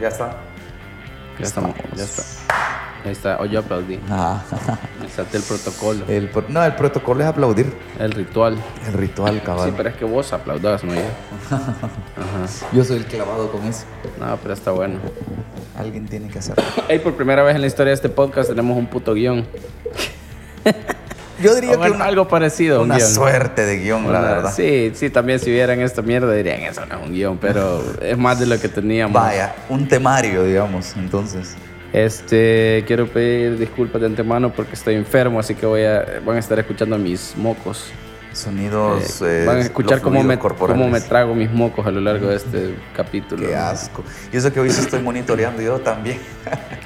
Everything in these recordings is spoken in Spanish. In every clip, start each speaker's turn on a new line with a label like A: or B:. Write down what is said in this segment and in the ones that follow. A: Ya está.
B: Ya estamos, ya está. Ahí está, hoy yo aplaudí.
A: Ah,
B: Exacto, el protocolo,
A: el pro- no, el protocolo es aplaudir.
B: el ritual.
A: El ritual, cabal.
B: Sí, pues. pero es que vos aplaudas, no yo. Ajá.
A: Yo soy el clavado con eso.
B: No, pero está bueno.
A: Alguien tiene que hacerlo.
B: Hey, por primera vez en la historia de este podcast tenemos un puto guión.
A: Yo diría
B: O bueno,
A: que una,
B: algo parecido, un
A: una
B: guión.
A: suerte de guión, la
B: Una-
A: verdad.
B: Sí, sí, también si vieran esta mierda dirían eso no es un guión, pero es más de lo que teníamos.
A: Vaya, un temario, digamos, entonces.
B: Este, quiero pedir disculpas de antemano porque estoy enfermo, así que voy a, van a estar escuchando mis mocos.
A: Sonidos.
B: Eh,
A: eh,
B: van a
A: los
B: escuchar cómo
A: fluidos
B: me,
A: corporales.
B: cómo me trago mis mocos a lo largo de este capítulo.
A: Qué asco. Y eso que hoy sí estoy monitoreando yo también.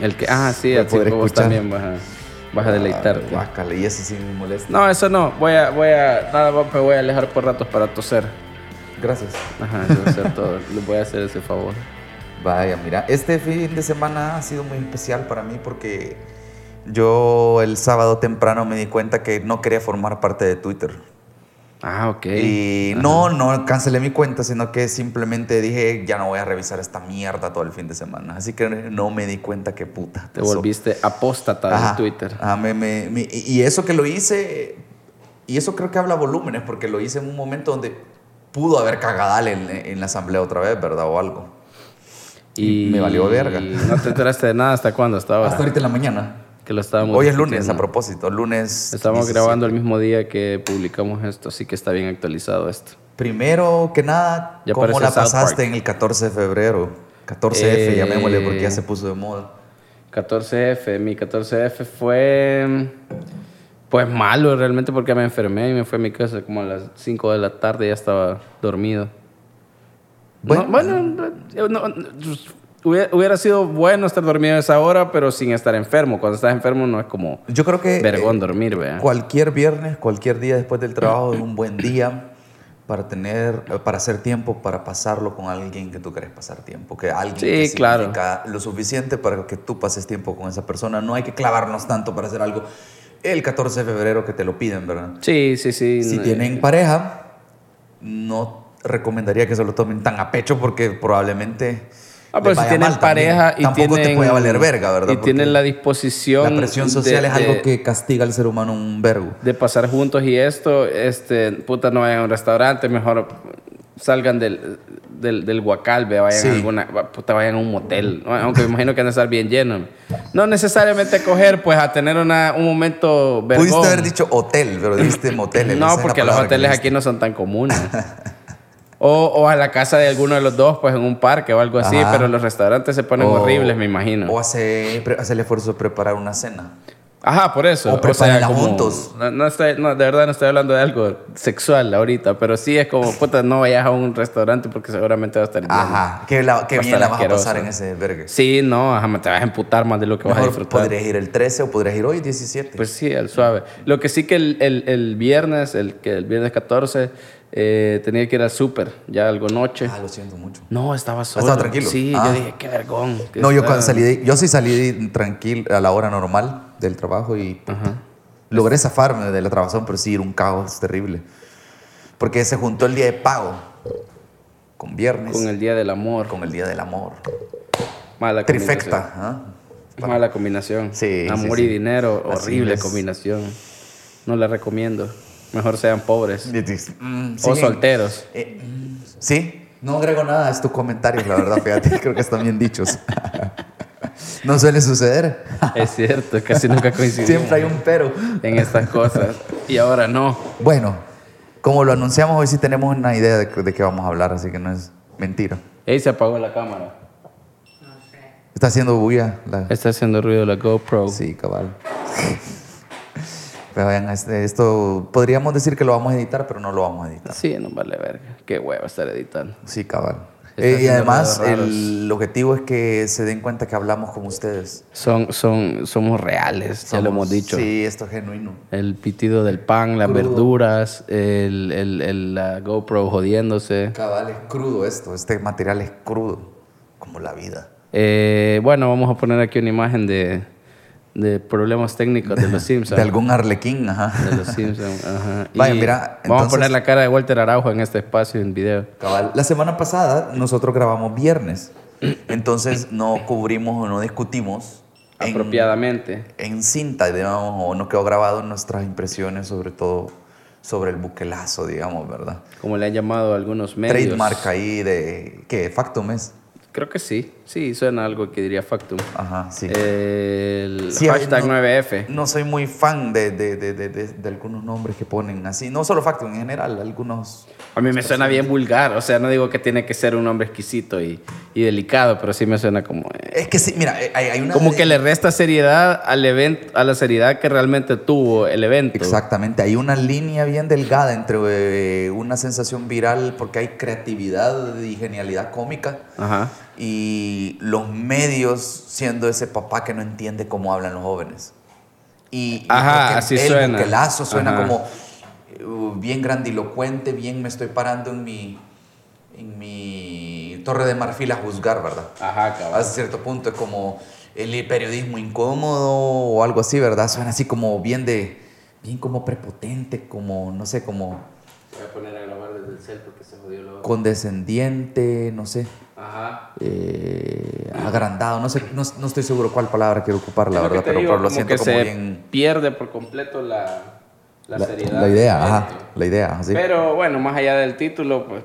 B: El que, ah, sí,
A: Voy a
B: así
A: poder
B: que vos
A: escuchar. Ah,
B: también vas a, vas a deleitarte.
A: Guácala, y eso sí me molesta.
B: No, eso no. Voy a, voy a, nada más me voy a alejar por ratos para toser.
A: Gracias.
B: Ajá, eso va a ser todo. Les voy a hacer ese favor.
A: Vaya, mira, este fin de semana ha sido muy especial para mí porque yo el sábado temprano me di cuenta que no quería formar parte de Twitter.
B: Ah, ok.
A: Y no, no cancelé mi cuenta, sino que simplemente dije, ya no voy a revisar esta mierda todo el fin de semana. Así que no me di cuenta que puta.
B: Te
A: pasó.
B: volviste apóstata
A: Ajá, Ah,
B: de Twitter.
A: ajá, me- me- me- y y eso que lo hice, y eso creo que habla volúmenes, porque lo hice en un momento donde pudo haber cagadal en, en la asamblea otra vez, ¿verdad? O algo.
B: Y
A: me valió verga.
B: y no te enteraste de nada hasta cuándo, hasta ahora.
A: Hasta ahorita en la mañana.
B: Que lo estábamos
A: Hoy es lunes, a
B: discutiendo.
A: propósito, lunes.
B: Estamos
A: 17.
B: grabando el mismo día que publicamos esto, así que está bien actualizado esto.
A: Primero que nada,
B: Ya
A: ¿cómo
B: parece
A: la
B: South
A: pasaste
B: Park.
A: en el 14 de febrero? 14F,
B: Eh,
A: llamémosle, porque ya se puso de moda.
B: 14F, mi 14F fue pues malo realmente porque me enfermé y me fui a mi casa como a las 5 de la tarde, ya estaba dormido.
A: Bueno.
B: No, Bueno, no, no, hubiera, hubiera sido bueno estar dormido a esa hora, pero sin estar enfermo. Cuando estás enfermo no es como
A: Yo creo que. eh,
B: vergón dormir, vea.
A: Cualquier viernes, cualquier día después del trabajo es un buen día para tener, para hacer tiempo, para pasarlo con alguien que tú querés pasar tiempo, que alguien
B: Sí,
A: que
B: claro.
A: significa lo suficiente para que tú pases tiempo con esa persona. No hay que clavarnos tanto para hacer algo el 14 de febrero que te lo piden, ¿verdad?
B: Sí, sí, sí.
A: Si
B: no-
A: tienen pareja, no recomendaría que se lo tomen tan a pecho porque probablemente
B: Ah,
A: les
B: pero si
A: vaya
B: tienen
A: mal también.
B: pareja y
A: Tampoco
B: tienen...
A: te puede valer verga, ¿verdad?
B: Y
A: Porque
B: tienen la disposición...
A: la presión
B: de-
A: social es algo
B: de-
A: que castiga al ser humano un vergo.
B: de pasar juntos y esto, este, puta, no vayan a un restaurante, mejor salgan del, del, del guacal, ve, vayan
A: Sí.
B: a alguna, va- puta, vayan a un motel, ¿no? aunque me imagino que van a estar bien llenos. No necesariamente coger, pues, a tener una, un momento vergón.
A: Pudiste haber dicho hotel, pero dijiste motel. esa
B: No,
A: es la
B: porque los
A: palabra que
B: hoteles
A: dijiste.
B: aquí no son tan comunes. O, o a la casa de alguno de los dos, pues en un parque o algo así,
A: Ajá.
B: pero los restaurantes se ponen
A: O-
B: horribles, me imagino.
A: O hace, pre- hace el esfuerzo de preparar una cena.
B: Ajá, por eso.
A: O prepárenla juntos.
B: No, no estoy- no, de verdad no estoy hablando de algo sexual ahorita, pero sí es como, puta, no vayas a un restaurante porque seguramente vas a estar lleno.
A: Ajá, que, la, que
B: Va a
A: bien
B: estar
A: la vas a pasar
B: asqueroso.
A: en ese vergue.
B: Sí, no, ajá, te vas a emputar más de lo que vas a
A: Mejor
B: disfrutar.
A: podrías ir el 13 o podrías ir hoy 17.
B: Pues sí, al suave. Lo que sí que el, el- el viernes, el, que el viernes 14, eh, tenía que ir al súper, ya algo noche.
A: ah, lo siento mucho.
B: No, estaba solo.
A: estaba tranquilo?
B: Sí,
A: Ah.
B: yo dije, qué vergón. que
A: No, yo,
B: estaba-
A: cuando salí de- yo sí salí tranquilo a la hora normal del trabajo y
B: Ajá.
A: logré zafarme de la trabazón, pero sí, era un caos terrible. Porque se juntó el día de pago con viernes,
B: Con el Día del Amor.
A: con el día del amor.
B: Mala combinación.
A: Trifecta. ¿ah?
B: Mala combinación.
A: Sí, sí,
B: Amor
A: sí.
B: y dinero,
A: Así
B: horrible
A: es.
B: combinación. No la recomiendo. Mejor sean pobres
A: Y dices, mm,
B: o
A: sí.
B: solteros.
A: Eh, mm, sí, no agrego nada a estos comentarios, la verdad, fíjate, creo que están bien dichos. no suele suceder.
B: Es cierto, casi nunca coincidimos
A: Siempre hay un pero.
B: en estas cosas. Y ahora no.
A: Bueno, como lo anunciamos hoy, sí tenemos una idea de, de qué vamos a hablar, así que no es mentira.
B: Ey, se apagó la cámara.
A: Está haciendo bulla. La...
B: Está haciendo ruido la GoPro.
A: Sí, cabal. Pero vean, este- esto podríamos decir que lo vamos a editar, pero no lo vamos a editar.
B: Sí, no vale verga. Qué hueva estar editando.
A: Sí, cabal.
B: Está
A: Eh, y
B: haciendo
A: además,
B: ruidos raros.
A: el objetivo es que se den cuenta que hablamos como ustedes.
B: Son, son, somos reales, ya lo hemos
A: Somos-
B: dicho.
A: Sí, esto es genuino.
B: El pitido del pan, las verduras, el, el- el- la GoPro jodiéndose.
A: Cabal, es crudo esto, este material es crudo, como la vida.
B: Eh, bueno, vamos a poner aquí una imagen de, de problemas técnicos de los Simpsons.
A: De algún arlequín, ajá.
B: De los Simpsons, ajá. Y
A: Vaya, mira,
B: vamos
A: entonces-
B: a poner la cara de Walter Araujo en este espacio en video.
A: Cabal, la semana pasada nosotros grabamos viernes Entonces no cubrimos o no discutimos en-
B: apropiadamente.
A: en cinta, digamos, o no quedó grabado nuestras impresiones, sobre todo sobre el buquelazo, digamos, ¿verdad?
B: Como le han llamado algunos medios.
A: Trademark ahí de, ¿qué? Factum es.
B: Creo que sí. Sí, suena algo que diría Factum.
A: Ajá, sí.
B: Eh. El
A: Sí, hay-
B: hashtag
A: no-
B: 9F.
A: No soy muy fan de, de- de- de- de- de algunos nombres que ponen así, no solo Factum, en general, algunos...
B: A mí me suena bien vulgar. O sea, no digo que tiene que ser un hombre exquisito y, y delicado, pero sí me suena como... eh,
A: Es que sí, mira, eh, hay, hay una...
B: como que le resta seriedad al evento, a la seriedad que realmente tuvo el evento.
A: Exactamente, hay una línea bien delgada entre eh, una sensación viral, porque hay creatividad y genialidad cómica,
B: Ajá.
A: y los medios siendo ese papá que no entiende cómo hablan los jóvenes. Y, y
B: Ajá,
A: creo que
B: así
A: el
B: suena.
A: buquelazo suena
B: Ajá.
A: como eh, bien grandilocuente, bien me estoy parando en mi, en mi torre de marfil a juzgar, ¿verdad?
B: Ajá,
A: A cierto punto es como el periodismo incómodo o algo así, ¿verdad? Suena así como bien de, bien como prepotente, como, no sé, como
B: Voy a poner a grabar desde el cel porque se jodió lo
A: condescendiente, no sé.
B: Ajá.
A: eh, agrandado, no sé, no, no estoy seguro cuál palabra quiero ocupar, la verdad, pero, pero lo siento
B: que
A: como
B: se
A: bien...
B: pierde por completo la, la, seriedad. Eh,
A: la idea,
B: del
A: ajá,
B: evento.
A: la idea, así.
B: Pero bueno, más allá del título, pues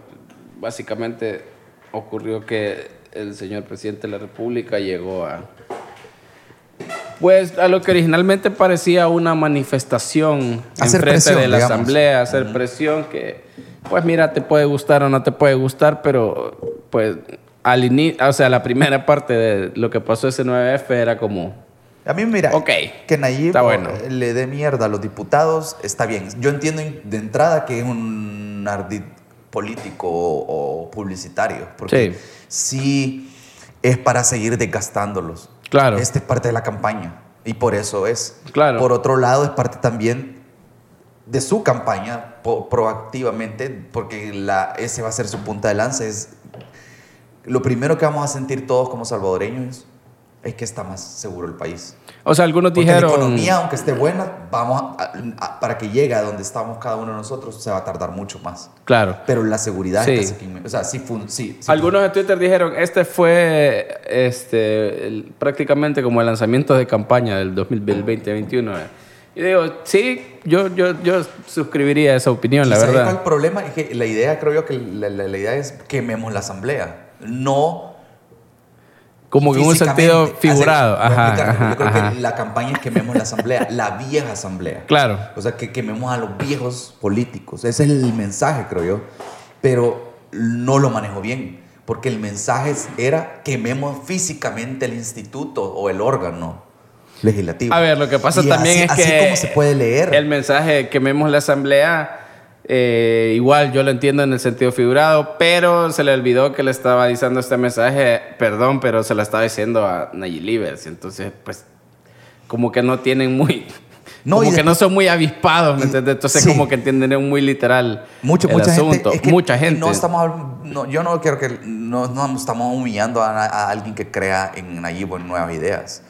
B: básicamente ocurrió que el señor presidente de la República llegó a pues a lo que originalmente parecía una manifestación
A: Hacer
B: en frente
A: presión,
B: de la
A: digamos.
B: asamblea, hacer presión que pues mira, te puede gustar o no te puede gustar, pero pues al inicio, o sea, la primera parte de lo que pasó ese 9F era como
A: A mí mira,
B: Ok.
A: que Nayib eh,
B: Está bueno.
A: le dé mierda a los diputados, está bien. Yo entiendo in- de entrada que es un ardid político o, o publicitario, porque sí. es para seguir desgastándolos.
B: Claro.
A: Esta es parte de la campaña y por eso es.
B: Claro.
A: Por otro lado, es parte también de su campaña po- proactivamente, porque la, ese va a ser su punta de lanza, es lo primero que vamos a sentir todos como salvadoreños es que está más seguro el país.
B: o sea, algunos
A: Porque
B: dijeron
A: la economía, aunque esté buena, vamos a- a- para que llegue a donde estamos cada uno de nosotros, se va a tardar mucho más.
B: Claro.
A: Pero la seguridad
B: Sí.
A: es casi que inme- O sea, sí, fun- sí, sí.
B: Algunos en Twitter dijeron, este fue este, el- prácticamente como el lanzamiento de campaña del 2020-2021. Y digo, sí, yo, yo, yo suscribiría esa opinión, la
A: ¿Y sabes
B: verdad.
A: cuál problema es que la idea, creo yo, que la, la- la idea es quememos la asamblea. No
B: Como que en un
A: físicamente.
B: sentido
A: Hacer-
B: figurado.
A: voy a
B: Ajá,
A: explicar.
B: ajá,
A: Yo creo
B: ajá.
A: que la campaña es quememos la asamblea, la vieja asamblea.
B: Claro.
A: O sea, que quememos a los viejos políticos. Ese es el mensaje, creo yo. Pero no lo manejo bien, porque el mensaje es- era quememos físicamente el instituto o el órgano legislativo.
B: A ver, lo que pasa
A: Y
B: también
A: así-
B: es que...
A: Así como se puede leer.
B: El mensaje, quememos la asamblea, eh, igual yo lo entiendo en el sentido figurado, pero se le olvidó que le estaba diciendo este mensaje, perdón, pero se la estaba diciendo a Nayib Libers. Entonces, pues, como que no tienen muy...
A: No,
B: como
A: y
B: que
A: de-
B: no son muy avispados, ¿me
A: y-
B: entiendes? Entonces,
A: sí.
B: como que entienden muy literal
A: Mucho-
B: el
A: mucha
B: asunto.
A: gente. es que
B: mucha gente.
A: No estamos, hab- no, yo no quiero que. No, no estamos humillando a, a alguien que crea en Nayib o en nuevas ideas.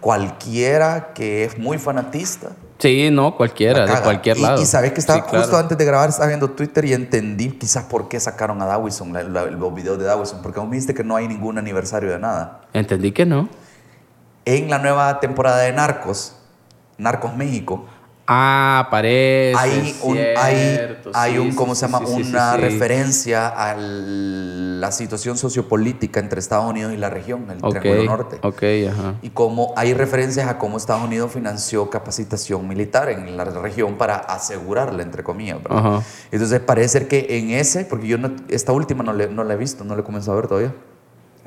A: Cualquiera que es muy fanatista.
B: Sí, no, cualquiera,
A: la
B: de
A: caga.
B: cualquier
A: Y-
B: lado.
A: Y, sabes que estaba
B: Sí, claro.
A: justo antes de grabar, estaba viendo Twitter y entendí quizás por qué sacaron a Dawison, la- la- los videos de Dawison, porque vos me dijiste que no hay ningún aniversario de nada.
B: Entendí que no.
A: En la nueva temporada de Narcos, Narcos México,
B: Ah, parece.
A: hay un, hay-
B: cierto,
A: hay
B: sí,
A: un
B: sí,
A: ¿cómo
B: sí,
A: se llama?
B: sí, sí,
A: una
B: sí.
A: referencia a la situación sociopolítica entre Estados Unidos y la región, el
B: Ok,
A: Triángulo Norte.
B: Ok, ajá.
A: Y cómo hay referencias a cómo Estados Unidos financió capacitación militar en la región para asegurarla, entre comillas. ¿verdad?
B: Ajá.
A: Entonces parece ser que en ese, porque yo no- esta última no, le- no la he visto, no la he comenzado a ver todavía,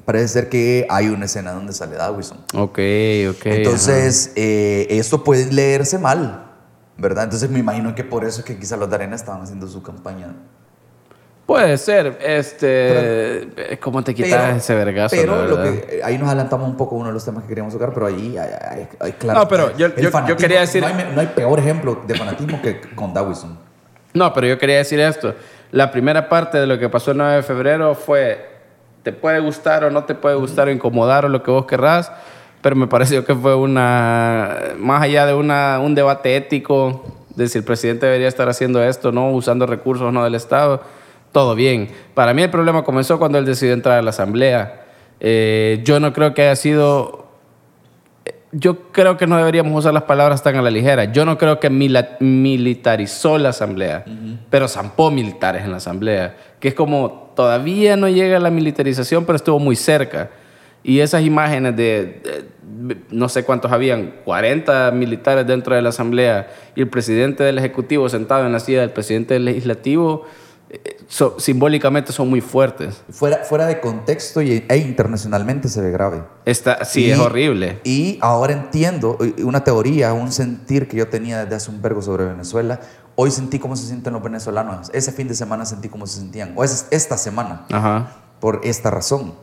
A: parece ser que hay una escena donde sale Dawison.
B: Ok, ok.
A: Entonces, eh, esto puede leerse mal, ¿verdad? Entonces me imagino que por eso es que quizás los de Arena estaban haciendo su campaña.
B: ajá. Puede ser, este. eh, ¿Cómo te quitas
A: Pero-
B: ese vergazo? la
A: Pero lo
B: verdad?
A: que- eh, ahí nos adelantamos un poco uno de los temas que queríamos tocar, pero ahí, ahí- ahí- ahí, claro.
B: No, pero yo-
A: el
B: yo- yo
A: fanatismo-
B: quería decir-
A: No hay, no hay peor ejemplo de fanatismo que con Dawison.
B: No, pero yo quería decir esto. La primera parte de lo que pasó el 9 de febrero fue. Te puede gustar o no te puede gustar o incomodar o lo que vos querrás, pero me pareció que fue una. Más allá de una, un debate ético, de si el presidente debería estar haciendo esto, no, usando recursos no del Estado, todo bien. Para mí el problema comenzó cuando él decidió entrar a la Asamblea. Eh, yo no creo que haya sido... Yo creo que no deberíamos usar las palabras tan a la ligera. Yo no creo que mila- militarizó la asamblea, pero zampó militares en la asamblea, que es como todavía no llega a la militarización, pero estuvo muy cerca. Y esas imágenes de, de- no sé cuántos habían, 40 militares dentro de la asamblea y el presidente del Ejecutivo sentado en la silla del presidente del Legislativo, eh, so- simbólicamente son muy fuertes.
A: Fuera, fuera de contexto y, e internacionalmente se ve grave.
B: Está, sí,
A: Y-
B: es horrible.
A: Y ahora entiendo eh, una teoría, un sentir que yo tenía desde hace un vergo sobre Venezuela. Hoy sentí cómo se sienten los venezolanos. Ese fin de semana sentí cómo se sentían. O es esta semana,
B: Ajá,
A: por esta razón.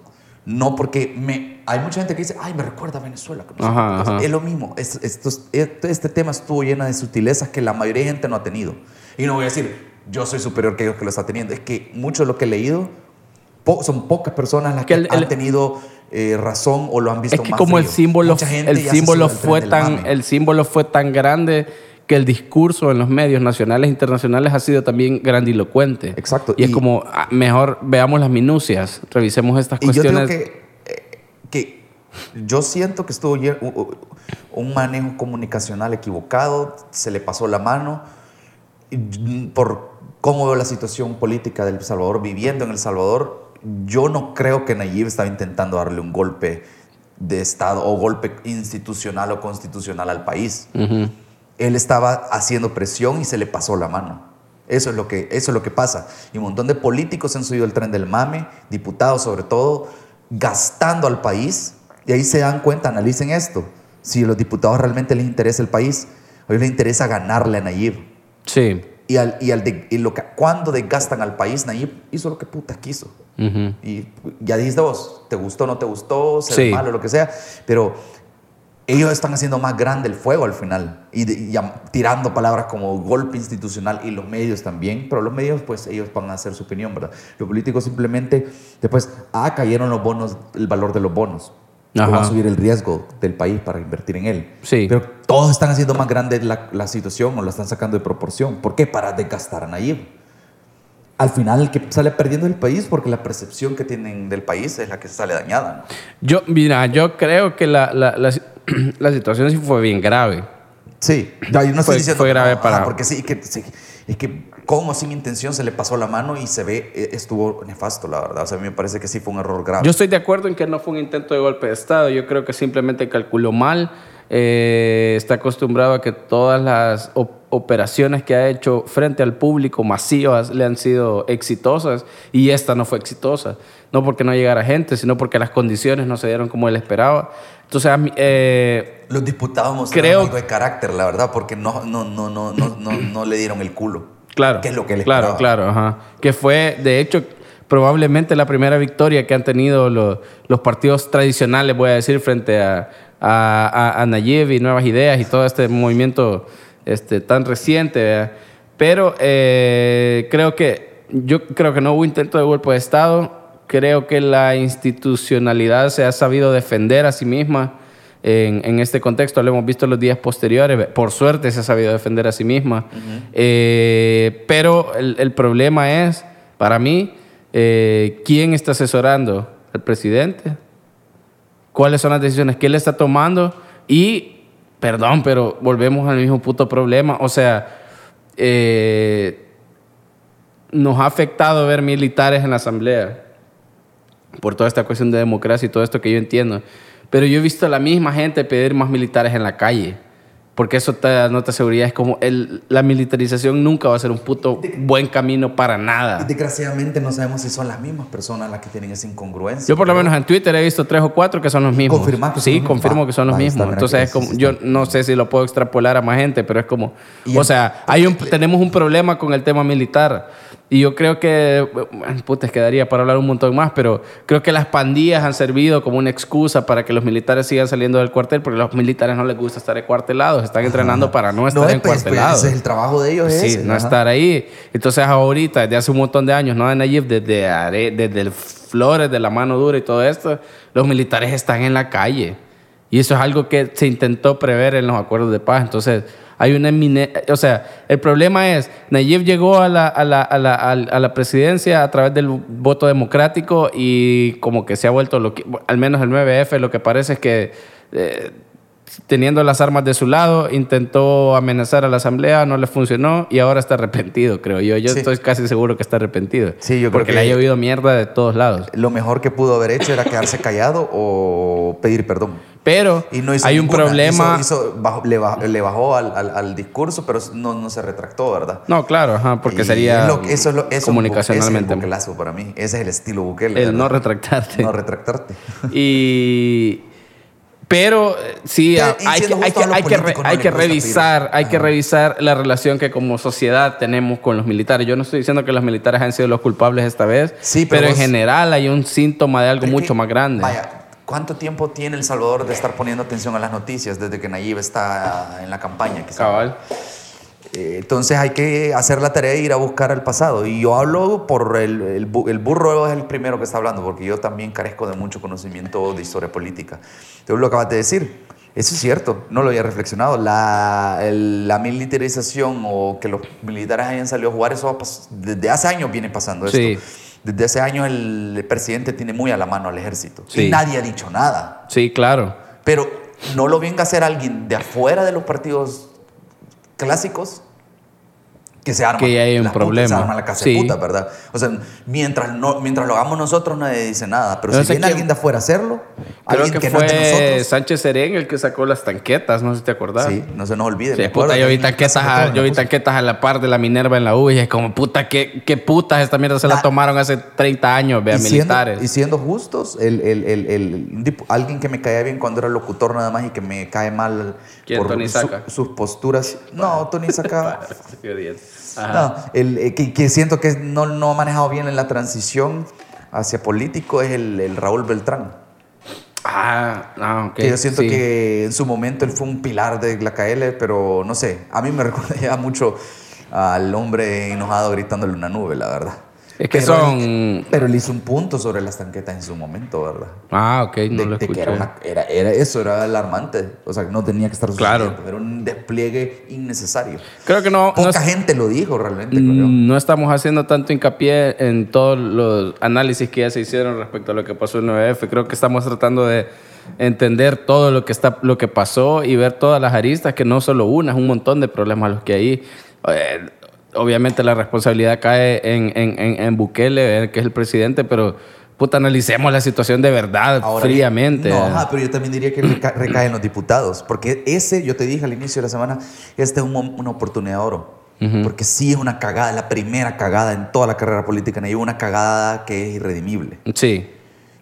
A: No porque me, hay mucha gente que dice, ay, me recuerda a Venezuela. que no sé
B: Ajá,
A: qué cosa".
B: ajá.
A: Es lo mismo. Es- estos- este, este tema estuvo lleno de sutilezas que la mayoría de gente no ha tenido. Y no voy a decir, yo soy superior que ellos que lo está teniendo. Es que mucho de lo que he leído, po- son pocas personas las
B: Que
A: que,
B: el-
A: han
B: el-
A: tenido eh, razón o lo han visto
B: Es que
A: más
B: como el
A: frío.
B: símbolo,
A: Mucha gente
B: el
A: ya se
B: símbolo
A: sube al
B: fue
A: tren del
B: tan,
A: mame.
B: el símbolo fue tan grande que el discurso en los medios nacionales e internacionales ha sido también grandilocuente.
A: Exacto,
B: Y, es
A: y-
B: como, ah, mejor veamos las minucias, revisemos estas
A: Y yo
B: cuestiones.
A: digo que, eh, que yo siento que estuvo lle- u- u- un manejo comunicacional equivocado, se le pasó la mano y- por cómo veo la situación política del Salvador, viviendo en El Salvador, yo no creo que Nayib estaba intentando darle un golpe de Estado o golpe institucional o constitucional al país.
B: Ujú.
A: él estaba haciendo presión y se le pasó la mano. Eso es lo que, eso es lo que pasa. Y un montón de políticos han subido el tren del mame, diputados sobre todo, gastando al país. Y ahí se dan cuenta, analicen esto. Si a los diputados realmente les interesa el país, a ellos les interesa ganarle a Nayib.
B: Sí.
A: Y, al, y, al de- y lo que, cuando desgastan al país, Nayib hizo lo que puta quiso.
B: Ujú.
A: Y ya dijiste vos, te gustó, no te gustó, se
B: Sí.
A: ve malo, lo que sea. Pero ellos están haciendo más grande el fuego al final. Y, de- y llam- tirando palabras como golpe institucional y los medios también. Pero los medios, pues ellos van a hacer su opinión, ¿verdad? Los políticos simplemente, después, ah, cayeron los bonos, el valor de los bonos.
B: Ajá.
A: Va a subir el riesgo del país para invertir en él.
B: Sí.
A: Pero todos están haciendo más grande la, la situación o la están sacando de proporción. ¿Por qué? Para desgastar a Nayib al final el que sale perdiendo el país porque la percepción que tienen del país es la que sale dañada. ¿no?
B: Yo, mira, yo creo que la, la, la, la situación sí fue bien grave.
A: Sí, no, yo no estoy
B: Fue-
A: diciendo
B: fue
A: que
B: grave
A: no,
B: para-
A: ajá, porque sí, que, sí, es que como sin intención se le pasó la mano y se ve, eh, estuvo nefasto, la verdad. O sea, a mí me parece que sí fue un error grave.
B: Yo estoy de acuerdo en que no fue un intento de golpe de Estado. Yo creo que simplemente calculó mal. Eh, está acostumbrado a que todas las op- operaciones que ha hecho frente al público masivas le han sido exitosas y esta no fue exitosa. No porque no llegara gente, sino porque las condiciones no se dieron como él esperaba. Entonces, a mí, eh,
A: Los diputados mostraron
B: Creo-
A: algo de carácter, la verdad, porque no, no, no, no, no, no, no le dieron el culo.
B: Claro.
A: Que es lo que él
B: Claro,
A: esperaba.
B: claro, ajá. Que fue, de hecho, probablemente la primera victoria que han tenido los, los partidos tradicionales, voy a decir, frente a, a, a- a Nayib y Nuevas Ideas y todo este movimiento este, tan reciente, ¿verdad? Pero eh, creo que, yo creo que no hubo intento de golpe de Estado. Creo que la institucionalidad se ha sabido defender a sí misma en, en este contexto. Lo hemos visto en los días posteriores. Por suerte se ha sabido defender a sí misma. Eh, pero el, el problema es, para mí, eh, ¿quién está asesorando? ¿El presidente? ¿Cuáles son las decisiones que él está tomando? Y, perdón, pero volvemos al mismo puto problema. O sea, eh, nos ha afectado ver militares en la asamblea por toda esta cuestión de democracia y todo esto que yo entiendo. Pero yo he visto a la misma gente pedir más militares en la calle. Porque eso te da nota de seguridad. Es como el- la militarización nunca va a ser un puto buen camino para nada.
A: Desgraciadamente no sabemos si son las mismas personas las que tienen esa incongruencia.
B: Yo por lo menos en Twitter he visto tres o cuatro que son los mismos.
A: Confirmás que son
B: sí,
A: los mismos.
B: confirmo
A: Ah,
B: que son los
A: ahí está,
B: mismos.
A: mira,
B: Entonces
A: que
B: es
A: sí,
B: como,
A: sí
B: yo
A: está.
B: no sé si lo puedo extrapolar a más gente, pero es como,
A: Y
B: o
A: en-
B: sea, hay un,
A: eh,
B: tenemos un problema con el tema militar. Y yo creo que, bueno, putas, quedaría para hablar un montón más, pero creo que las pandillas han servido como una excusa para que los militares sigan saliendo del cuartel, porque a los militares no les gusta estar encuartelados, están entrenando para no estar
A: no, es, pues,
B: encuartelados.
A: ese es el trabajo de ellos.
B: Sí,
A: ese,
B: no
A: ajá.
B: estar ahí. Entonces ahorita, desde hace un montón de años, no de Nayib, desde, Are- desde el Flores, de la mano dura y todo esto, los militares están en la calle. Y eso es algo que se intentó prever en los acuerdos de paz. Entonces, Hay una emine- O sea, el problema es, Nayib llegó a la, a la, a la, al- a la presidencia a través del voto democrático y como que se ha vuelto, lo que, al menos el 9F, lo que parece es que... eh, teniendo las armas de su lado, intentó amenazar a la asamblea, no le funcionó y ahora está arrepentido, creo yo. Yo
A: Sí.
B: estoy casi seguro que está arrepentido.
A: Sí, yo creo que-
B: Porque le ha llovido mierda de todos lados.
A: Lo mejor que pudo haber hecho era quedarse callado o pedir perdón.
B: Pero
A: Y no hizo
B: hay un
A: ninguna.
B: problema...
A: Hizo- hizo- bajó- le bajó, le bajó al, al- al discurso, pero no, no se retractó, ¿verdad?
B: No, claro, ajá, porque
A: Y
B: sería
A: es lo- eso es lo- eso es
B: comunicacionalmente
A: ese es el buquelazo para mí. Ese es el estilo
B: el,
A: Bukele. ¿verdad?
B: no retractarte.
A: No retractarte.
B: y pero eh, sí
A: Que
B: ah,
A: en
B: hay que,
A: siendo
B: hay
A: justo
B: que,
A: a los
B: hay que, re-
A: políticos no
B: hay
A: les
B: que
A: gusta
B: revisar
A: pedir.
B: hay que
A: Ajá.
B: revisar la relación que como sociedad tenemos con los militares yo no estoy diciendo que los militares han sido los culpables esta vez
A: Sí, pero
B: pero, en
A: vos-
B: general hay un síntoma de algo
A: Es que,
B: mucho más grande
A: Vaya, ¿cuánto tiempo tiene El Salvador de estar poniendo atención a las noticias desde que Nayib está en la campaña? quizá?
B: cabal
A: Eh, entonces hay que hacer la tarea e ir a buscar al pasado. Y yo hablo por el, el bu- el burro es el primero que está hablando, porque yo también carezco de mucho conocimiento de historia política. Tú lo acabas de decir. Eso es cierto, no lo había reflexionado. La, el- la militarización o que los militares hayan salido a jugar, eso ha pas- desde hace años viene pasando esto.
B: Sí.
A: Desde hace años el presidente tiene muy a la mano al ejército.
B: Sí.
A: Y nadie ha dicho nada.
B: sí claro
A: Pero no lo venga a hacer alguien de afuera de los partidos clásicos que se arma.
B: Que ya hay un
A: la puta,
B: problema.
A: se arma la casa
B: Sí.
A: de puta, ¿verdad? O sea, mientras, no, mientras lo hagamos nosotros nadie dice nada. Pero
B: No
A: si
B: sé
A: viene
B: quién-
A: alguien de afuera a hacerlo,
B: creo
A: alguien
B: que,
A: que, no
B: fue
A: es de nosotros.
B: Sánchez Serén el que sacó las tanquetas no sé si te acordás
A: Sí, no se nos olvide.
B: Sí,
A: me
B: puta,
A: acuerdo,
B: yo vi
A: en la
B: tanquetas,
A: casa de
B: a,
A: todos
B: yo vi
A: nos puso.
B: tanquetas a la par de la Minerva en la U y es como, puta, qué, qué putas esta mierda se la
A: La-
B: tomaron hace 30 años, vea,
A: Y siendo,
B: militares.
A: y siendo justos, el, el- el- el- un tipo- alguien que me caía bien cuando era locutor nada más y que me cae mal
B: ¿Quién, Tony
A: su-
B: Saca?
A: sus posturas. No, Tony Saca.
B: Ajá.
A: No, el, eh, que, que siento que no, no ha manejado bien en la transición hacia político es el, el Raúl Beltrán.
B: Ah, ah, ok.
A: Que yo siento
B: sí.
A: que en su momento él fue un pilar de la KL, pero no sé, a mí me recuerda ya mucho al hombre enojado gritándole una nube, la verdad.
B: Es que
A: Pero
B: son...
A: él- pero él hizo un punto sobre las tanquetas en su momento, ¿verdad?
B: Ah, ok, no
A: De-
B: lo
A: de que
B: escuché.
A: era una- era- era- eso era alarmante. O sea, no tenía que estar
B: Claro.
A: sucediendo. Era un despliegue innecesario.
B: Creo que no, Mm, no,
A: Poca gente lo dijo realmente, creo yo.
B: no estamos haciendo tanto hincapié en todos los análisis que ya se hicieron respecto a lo que pasó en 9F. Creo que estamos tratando de entender todo lo que, está, lo que pasó y ver todas las aristas, que no solo una, es un montón de problemas los que hay. Eh, obviamente la responsabilidad cae en, en, en, en Bukele, eh, que es el presidente, pero puta, analicemos la situación de verdad,
A: Ahora,
B: fríamente.
A: No, ajá, pero yo también diría que reca- recae en los diputados. Porque ese, yo te dije al inicio de la semana, esta es un mom- una oportunidad de oro. Porque sí es una cagada, la primera cagada en toda la carrera política. Hay una cagada que es irredimible.
B: Sí,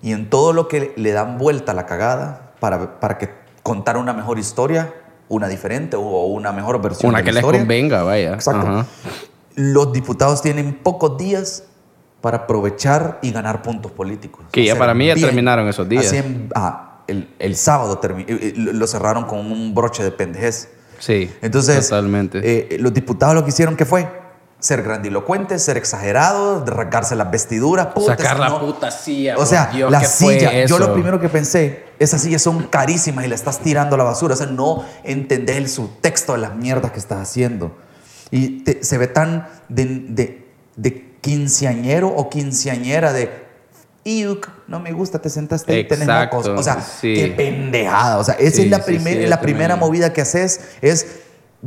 A: Y en todo lo que le dan vuelta a la cagada para, para que contar una mejor historia, una diferente o una mejor versión
B: una
A: de
B: que
A: la
B: les
A: historia.
B: convenga, vaya.
A: Exacto.
B: Ajá.
A: Los diputados tienen pocos días para aprovechar y ganar puntos políticos.
B: Que ya
A: Hacer
B: para mí ya terminaron esos días.
A: Hacen- ah, el, el sábado termi- eh, eh, lo lo cerraron con un broche de pendejez.
B: Sí,
A: Entonces,
B: totalmente.
A: eh, los diputados lo que hicieron, ¿qué fue? Ser grandilocuentes, ser exagerados, rasgarse las vestiduras, puta,
B: Sacar la
A: no-
B: puta silla.
A: O
B: por
A: sea,
B: Dios,
A: la
B: ¿qué fue
A: silla. Yo
B: eso?
A: lo primero que pensé, esas sillas son carísimas y la estás tirando a la basura. O sea, no entendés el subtexto de las mierdas que estás haciendo. Y te- se ve tan de, de- de quinceañero o quinceañera de. Iuc, no me gusta, te sentaste ahí, tenés
B: Exacto,
A: mocos. O sea,
B: sí.
A: qué pendejada. O sea, esa
B: Sí,
A: es la,
B: sí,
A: primer-
B: sí, yo
A: la primera
B: también.
A: movida que haces, es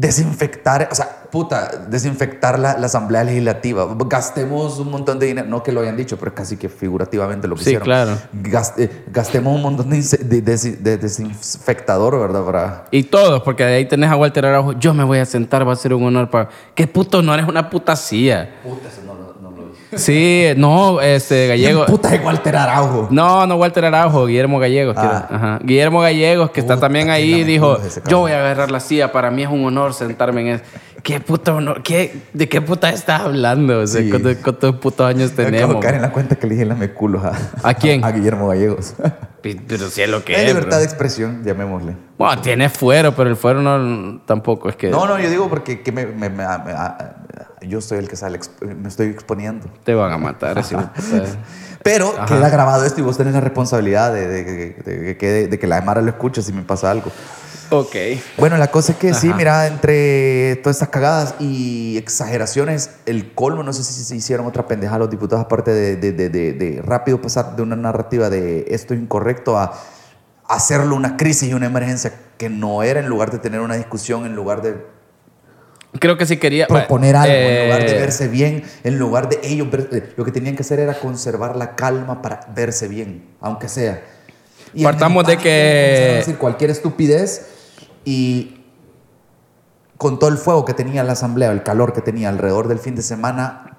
A: desinfectar, o sea, puta, desinfectar la, la Asamblea Legislativa. Gastemos un montón de dinero, no que lo hayan dicho, pero es casi que figurativamente lo que
B: Sí,
A: hicieron.
B: claro.
A: Gas- eh, gastemos un montón de, inse- de- de- de desinfectador, ¿verdad? Para...
B: Y todos, porque de ahí tenés a Walter Araujo. Yo me voy a sentar, va a ser un honor para. ¿Qué puto honor es una puta silla?
A: Puta, eso no, lo- no lo dije.
B: Sí, no, este gallego.
A: Puta de Walter Araujo.
B: No, no Walter Araujo, Guillermo Gallegos. quiero-
A: Ah.
B: ajá. Guillermo Gallegos, que está
A: Puta,
B: también
A: qué
B: ahí, dijo:
A: lamentoso ese cabrón.
B: Yo voy a agarrar la silla, para mí es un honor sentarme en eso. ¿Qué puto honor? ¿Qué, ¿De qué puta estás hablando? O sea,
A: Sí.
B: ¿cuántos, cuántos putos años
A: Me acabo de
B: tenemos?
A: caer en la cuenta que le dije en las culos a...
B: ¿A quién?
A: A Guillermo Gallegos.
B: Pero si es lo que
A: Es
B: es.
A: libertad
B: bro.
A: de expresión, llamémosle.
B: Bueno, tiene fuero, pero el fuero no tampoco es que
A: No, no, yo digo porque que me, me- me- a- me- a- yo soy el que sale, exp- me estoy exponiendo.
B: te van a matar. así, puta.
A: Pero
B: Ajá.
A: queda grabado esto y vos tenés la responsabilidad de, de- de- de- de que- de que la Mara lo escuche si me pasa algo.
B: Ok.
A: Bueno, la cosa es que sí,
B: Ajá.
A: mira, entre todas estas cagadas y exageraciones, el colmo, no sé si se hicieron otra pendeja los diputados, aparte de, de- de- de- de rápido pasar de una narrativa de esto es incorrecto a hacerlo una crisis y una emergencia que no era en lugar de tener una discusión, en lugar de
B: Creo que sí quería.
A: proponer algo, en lugar de
B: eh,
A: verse bien, en lugar de ellos, ver- eh, lo que tenían que hacer era conservar la calma para verse bien, aunque sea. en el
B: Partamos de
A: pánico
B: que-
A: comenzaron a decir cualquier estupidez y con todo el fuego que tenía la asamblea, el calor que tenía alrededor del fin de semana,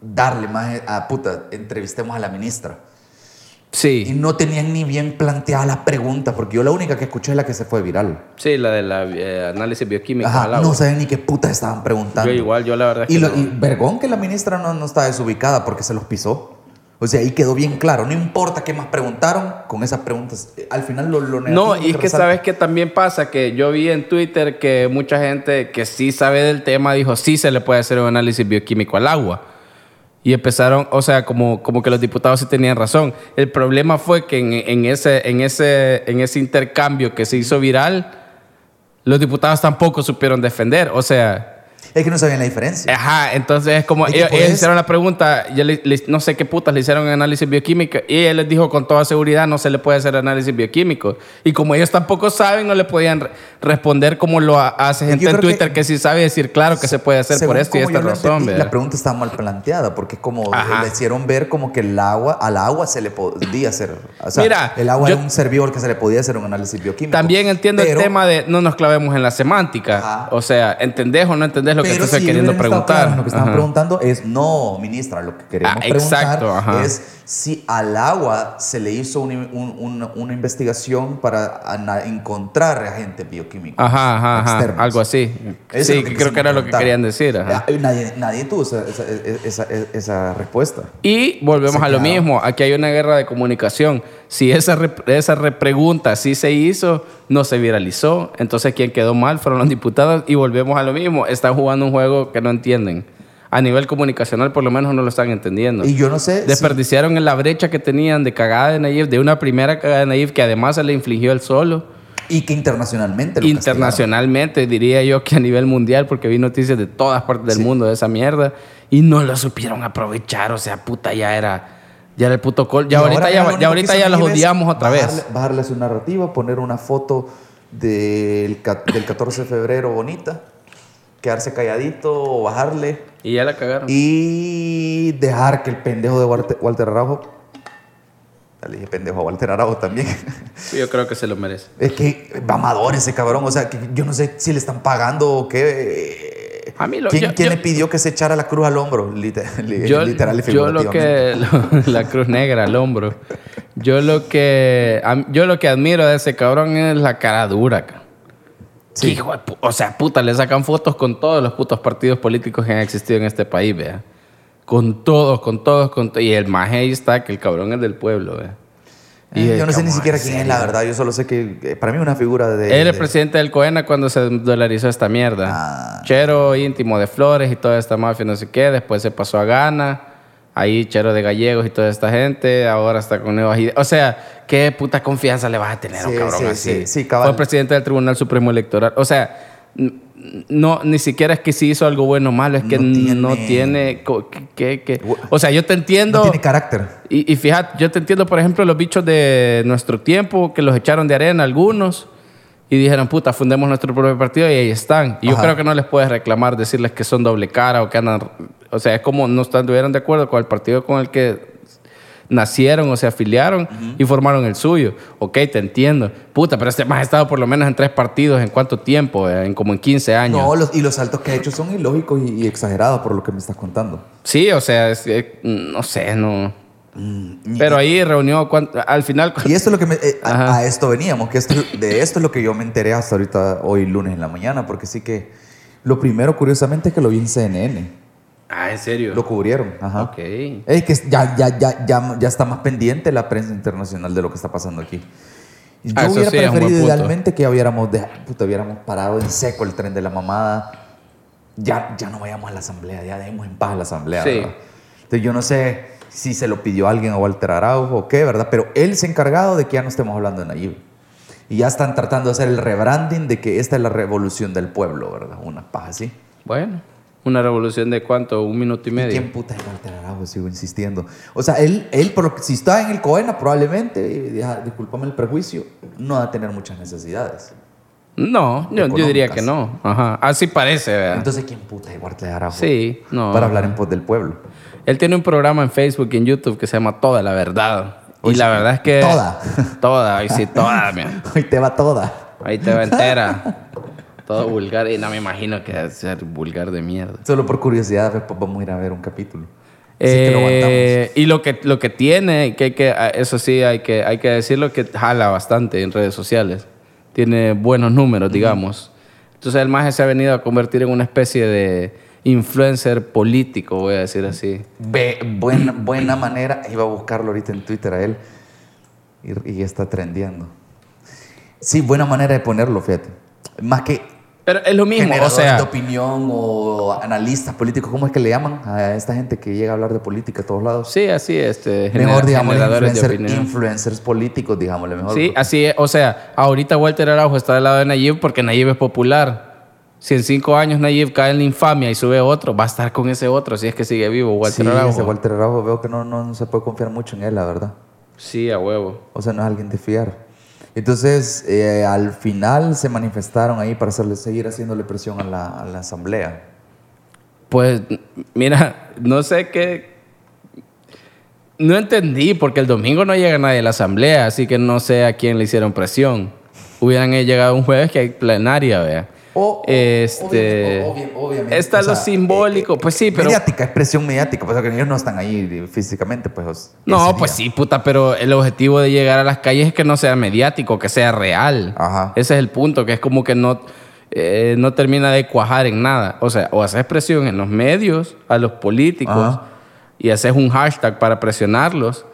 A: darle más eh, a puta, entrevistemos a la ministra. Y
B: Sí.
A: no tenían ni bien planteada la pregunta, porque yo la única que escuché es la que se fue viral.
B: Sí, la del análisis bioquímico.
A: Ajá,
B: al agua.
A: no saben ni qué putas estaban preguntando.
B: yo igual, yo la verdad es
A: Y,
B: que.
A: lo-
B: no.
A: y vergón que la ministra no, no está desubicada porque se los pisó. O sea, ahí quedó bien claro. No importa qué más preguntaron, con esas preguntas. eh, Al final lo, lo negativo
B: No, y es que
A: resalta-
B: sabes que también pasa que yo vi en Twitter que mucha gente que sí sabe del tema dijo sí se le puede hacer un análisis bioquímico al agua. Y empezaron, o sea, como, como que los diputados sí tenían razón. El problema fue que en, en ese, en, ese, en ese intercambio que se hizo viral, los diputados tampoco supieron defender. O sea,
A: Es que no sabían la diferencia.
B: ajá, entonces es como
A: Es que
B: ellos, ellos
A: puedes-
B: hicieron la pregunta, ya le- le- no sé qué putas le hicieron análisis bioquímico y él les dijo con toda seguridad no se le puede hacer análisis bioquímico. Y como ellos tampoco saben, no le podían re- responder como lo ha- hace
A: Yo
B: gente en
A: creo que-
B: Twitter que, sí sabe decir claro que se puede hacer
A: Según
B: por esto y
A: como yo
B: esta
A: lo
B: razón.
A: entendí,
B: ¿verdad?
A: la pregunta estaba mal planteada porque es como
B: Ajá.
A: le hicieron ver como que el agua, al agua se le podía hacer. O sea,
B: Mira,
A: el agua
B: yo-
A: era un servidor que se le podía hacer un análisis bioquímico.
B: También entiendo
A: Pero-
B: el tema de no nos clavemos en la semántica.
A: Ajá.
B: O sea, ¿entendés o no entendés lo que
A: Pero
B: te estoy
A: si
B: queriendo
A: hubieran estado
B: preguntar?
A: claros en Lo que estaban
B: Ajá.
A: preguntando es, no, ministra, lo que queremos
B: Ah, exacto,
A: preguntar
B: ajá.
A: es si al agua se le hizo un- un- un- una investigación para ana- encontrar agentes bioquímicos.
B: Ajá, ajá, ajá,
A: externos.
B: Algo así.
A: Eso
B: Ah, sí,
A: es
B: que
A: lo
B: creo que era lo que
A: quisieron
B: querían
A: preguntar.
B: decir. ajá.
A: Eh, Nadie, nadie tuvo esa, esa- esa- esa- esa respuesta.
B: Y volvemos
A: Se
B: a lo
A: quedaron.
B: mismo, aquí hay una guerra de comunicación. Si esa, rep- esa repregunta sí se hizo, no se viralizó, entonces quien quedó mal fueron los diputados y volvemos a lo mismo, están jugando un juego que no entienden. A nivel comunicacional por lo menos no lo están entendiendo.
A: Y yo no sé si-
B: Desperdiciaron en la brecha que tenían de cagada de Nayib, de una primera cagada de Nayib que además se le infligió el solo.
A: y que internacionalmente lo
B: Internacionalmente, diría yo que a nivel mundial, porque vi noticias de todas partes del
A: Sí.
B: mundo de esa mierda y no lo supieron aprovechar. O sea, puta, ya era, ya era el puto col.
A: Y
B: Ya
A: ahora
B: ahorita,
A: mira, lo
B: ya,
A: único
B: ya
A: que
B: ahorita
A: hizo
B: ya los
A: Nayib es
B: odiamos otra vez.
A: bajarle- Bajarle su narrativa, poner una foto del, ca- del 14 de febrero bonita, quedarse calladito o bajarle
B: Y ya la cagaron.
A: y dejar que el pendejo de Walter, Walter Araujo. Ya Le dije pendejo a Walter Araujo también.
B: Yo creo que se lo merece.
A: Es que mamador ese cabrón. O sea, que yo no sé si le están pagando o qué. eh,
B: A mí lo-
A: ¿Quién,
B: yo-
A: quién
B: yo-
A: le pidió que se echara la cruz al hombro? Liter- li-
B: Yo,
A: literal y
B: yo lo
A: figurativamente.
B: que la cruz negra al hombro. Yo lo que am- yo lo que admiro de ese cabrón es la cara dura. ca.
A: Sí.
B: Hijo de pu- o sea, puta, le sacan fotos con todos los putos partidos políticos que han existido en este país, vea. Con todos, con todos, con to- Y el maje ahí está, que el cabrón es del pueblo, vea. Y
A: Eh,
B: es
A: yo no sé ni
B: como,
A: siquiera
B: ¿en
A: quién es la verdad. Yo solo sé que eh, para mí es una figura de.
B: Él es
A: de-
B: presidente del COENA cuando se dolarizó esta mierda.
A: Ah.
B: Chero íntimo de Flores y toda esta mafia, no sé qué. Después se pasó a Ghana. Ahí Chero de Gallegos y toda esta gente. Ahora está con nuevas ideas. O sea, ¿qué puta confianza le vas a tener a un
A: Sí,
B: cabrón
A: sí,
B: así?
A: sí, sí, cabal.
B: Fue presidente del Tribunal Supremo Electoral. O sea, n- no, ni siquiera es que si hizo algo bueno o malo. Es que
A: No
B: n- no
A: tiene-
B: tiene... co- que- que-
A: Gu-
B: O sea, yo te entiendo...
A: No tiene carácter.
B: Y, y fíjate, yo te entiendo, por ejemplo, los bichos de nuestro tiempo, que los echaron de arena algunos y dijeron, puta, fundemos nuestro propio partido y ahí están. Y yo
A: Ajá.
B: creo que no les puedes reclamar, decirles que son doble cara o que andan... O sea, es como no estuvieran de acuerdo con el partido con el que nacieron o se afiliaron y formaron el suyo. Ok, te entiendo. Puta, pero este más ha estado por lo menos en tres partidos en cuánto tiempo, Eh, en como en 15 años.
A: No, los, y los saltos que ha hecho son ilógicos y, y exagerados por lo que me estás contando.
B: Sí, o sea, es- eh, no sé, no...
A: Mm, y-
B: Pero ahí reunió, cuan- al final...
A: Y esto es lo que me- eh, a,
B: Ajá.
A: a esto veníamos, que esto, de esto es lo que yo me enteré hasta ahorita hoy lunes en la mañana, porque sí que lo primero curiosamente es que lo vi en CNN,
B: Ah, en serio.
A: lo cubrieron, ajá.
B: Ok.
A: Es que ya, ya, ya, ya, ya está más pendiente la prensa internacional de lo que está pasando aquí. Yo
B: Ah, eso
A: hubiera
B: sí, es un buen
A: preferido
B: punto.
A: idealmente que ya hubiéramos, de- puta, hubiéramos parado en seco el tren de la mamada. Ya, ya no vayamos a la asamblea, ya dejemos en paz a la asamblea.
B: Sí.
A: ¿verdad? Entonces yo no sé si se lo pidió alguien a Walter Araujo o qué, ¿verdad? Pero él se ha encargado de que ya no estemos hablando de Nayib. Y ya están tratando de hacer el rebranding de que esta es la revolución del pueblo, ¿verdad? Una paja así.
B: Bueno, una revolución de cuánto, un minuto y medio.
A: ¿Quién puta es Walter Araujo? Sigo insistiendo. O sea, él, él por lo que- si está en el Coena, probablemente, y, ah, discúlpame el prejuicio, no va a tener muchas necesidades.
B: No, yo, yo diría
A: Económicas.
B: que no. Ajá. Así parece, ¿verdad?
A: Entonces, ¿quién puta es Walter Araujo?
B: sí, no.
A: Para hablar en pos del pueblo.
B: Él tiene un programa en Facebook y en YouTube que se llama Toda la Verdad.
A: Uy,
B: y la
A: sí.
B: verdad es que.
A: Toda.
B: Toda, ahí sí, toda, mira.
A: Hoy te va toda.
B: Ahí te va entera. Todo vulgar. Y no me imagino que va a ser vulgar de mierda.
A: Solo por curiosidad, después vamos a ir a ver un capítulo. Si es que lo aguantamos.
B: Eh, y lo que, lo que tiene, que hay que, a- eso sí hay que, hay que decirlo, que jala bastante en redes sociales. Tiene buenos números, digamos. Entonces el maje se ha venido a convertir en una especie de influencer político, voy a decir así.
A: Ve, buena, buena manera. Iba a buscarlo ahorita en Twitter a él. Y, y ya está trendeando. Sí, buena manera de ponerlo, fíjate. Más que
B: Pero es lo mismo, o
A: generadores de
B: sea,
A: opinión o analistas políticos, ¿cómo es que le llaman a esta gente que llega a hablar de política a todos lados?
B: sí, así, este,
A: Mejor,
B: gener-
A: digamos,
B: generadores de
A: influencer-
B: opinión.
A: influencers políticos, digámosle mejor.
B: Sí, así es. O sea, ahorita Walter Araujo está del lado de Nayib porque Nayib es popular. Si en cinco años Nayib cae en la infamia y sube otro, va a estar con ese otro si es que sigue vivo Walter
A: Sí,
B: Araujo.
A: ese Walter Araujo veo que no, no, no se puede confiar mucho en él, la verdad.
B: Sí, a huevo.
A: O sea, no es alguien de fiar. Entonces, eh, al final se manifestaron ahí para hacerle, seguir haciéndole presión a la, a la asamblea.
B: Pues, mira, no sé qué. No entendí porque el domingo no llega nadie a la asamblea, así que no sé a quién le hicieron presión. Hubieran eh, llegado un jueves que hay plenaria, vea.
A: O, o-
B: Este,
A: obvi- obvi- obviamente,
B: está
A: o sea,
B: lo simbólico,
A: eh, eh,
B: pues sí, pero
A: Mediática, es presión mediática, pues que ellos no están ahí eh, físicamente, pues. os- ese
B: No,
A: día.
B: pues sí, puta, pero el objetivo de llegar a las calles es que no sea mediático, que sea real.
A: Ajá.
B: Ese es el punto, que es como que no, eh, no termina de cuajar en nada. O sea, o haces presión en los medios, a los políticos,
A: Ajá.
B: y haces un hashtag para presionarlos,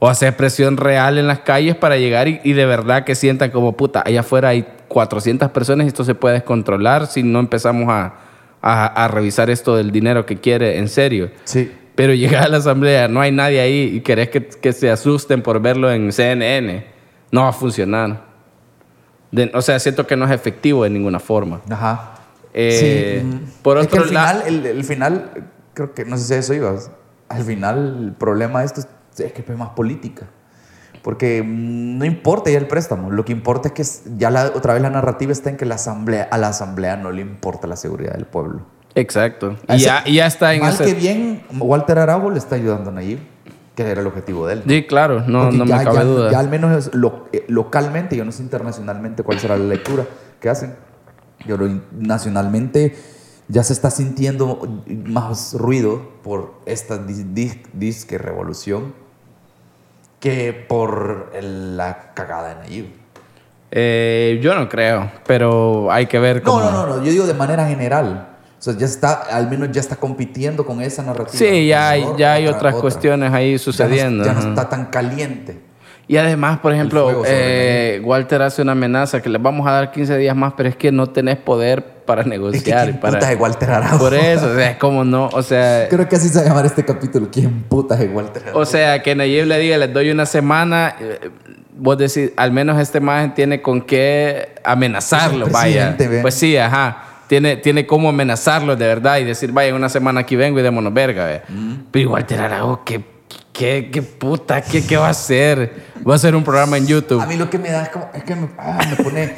B: o haces presión real en las calles para llegar y, y de verdad que sientan como, puta, allá afuera hay 400 personas y esto se puede descontrolar si no empezamos a, a- a revisar esto del dinero que quiere en serio.
A: Sí.
B: Pero llega a la asamblea, no hay nadie ahí y querés que, que se asusten por verlo en CNN. No va a funcionar. De- o sea, siento que no es efectivo de ninguna forma.
A: Ajá.
B: Eh,
A: Sí, mm.
B: Por
A: Es que
B: otro
A: al
B: lado,
A: final, el, el final, eh, creo que, no sé si a eso ibas, al final el problema de esto es, es que es más política. Porque mm, no importa ya el préstamo, lo que importa es que s- ya la, otra vez la narrativa está en que la asamblea, a la asamblea no le importa la seguridad del pueblo.
B: exacto.
A: A
B: Y
A: ese-
B: ya, y ya está en
A: Mal que
B: ese.
A: bien, Walter Araujo le está ayudando a Nayib, que era el objetivo de él.
B: Sí, claro, no,
A: Porque
B: no
A: ya,
B: me cabe
A: ya-
B: duda.
A: ya al menos es lo- eh, localmente, yo no sé internacionalmente cuál será la lectura que hacen. Yo lo in- nacionalmente ya se está sintiendo más ruido por esta dis- dis- disque revolución que por el- la cagada de Nayib.
B: Eh, yo no creo, pero hay que ver
A: No,
B: cómo.
A: no, no, no, yo digo de manera general. O sea, ya está, al menos ya está compitiendo con esa narrativa.
B: Sí, ya hay, ya hay
A: Otra-
B: otras
A: otra.
B: cuestiones ahí
A: Ya no-
B: sucediendo.
A: Ya no,
B: ajá.
A: está tan caliente.
B: Y además, por ejemplo,
A: fuego sobre
B: eh, Walter hace una amenaza que les vamos a dar 15 días más, pero es que no tenés poder para
A: Es que
B: negociar. y
A: ¿quién
B: Pues para...
A: puta es Walter Araujo?
B: Por eso, o sea, es como no, o sea,
A: Creo que así se va a llamar este capítulo. ¿Quién putas es Walter Araujo?
B: o sea, que Nayib le diga, les doy una semana, eh, vos decís, al menos este magen tiene con qué amenazarlo,
A: Es el
B: vaya.
A: presidente, ve.
B: Pues sí, ajá. Tiene, tiene cómo amenazarlo de verdad y decir, vaya, en una semana aquí vengo y démonos verga, ve.
A: Mm.
B: Pero igual te Araujo, ¿qué, qué, qué puta, qué, qué va a hacer? Va a hacer un programa en YouTube.
A: a mí lo que me da es como. Es que me, ah, me pone.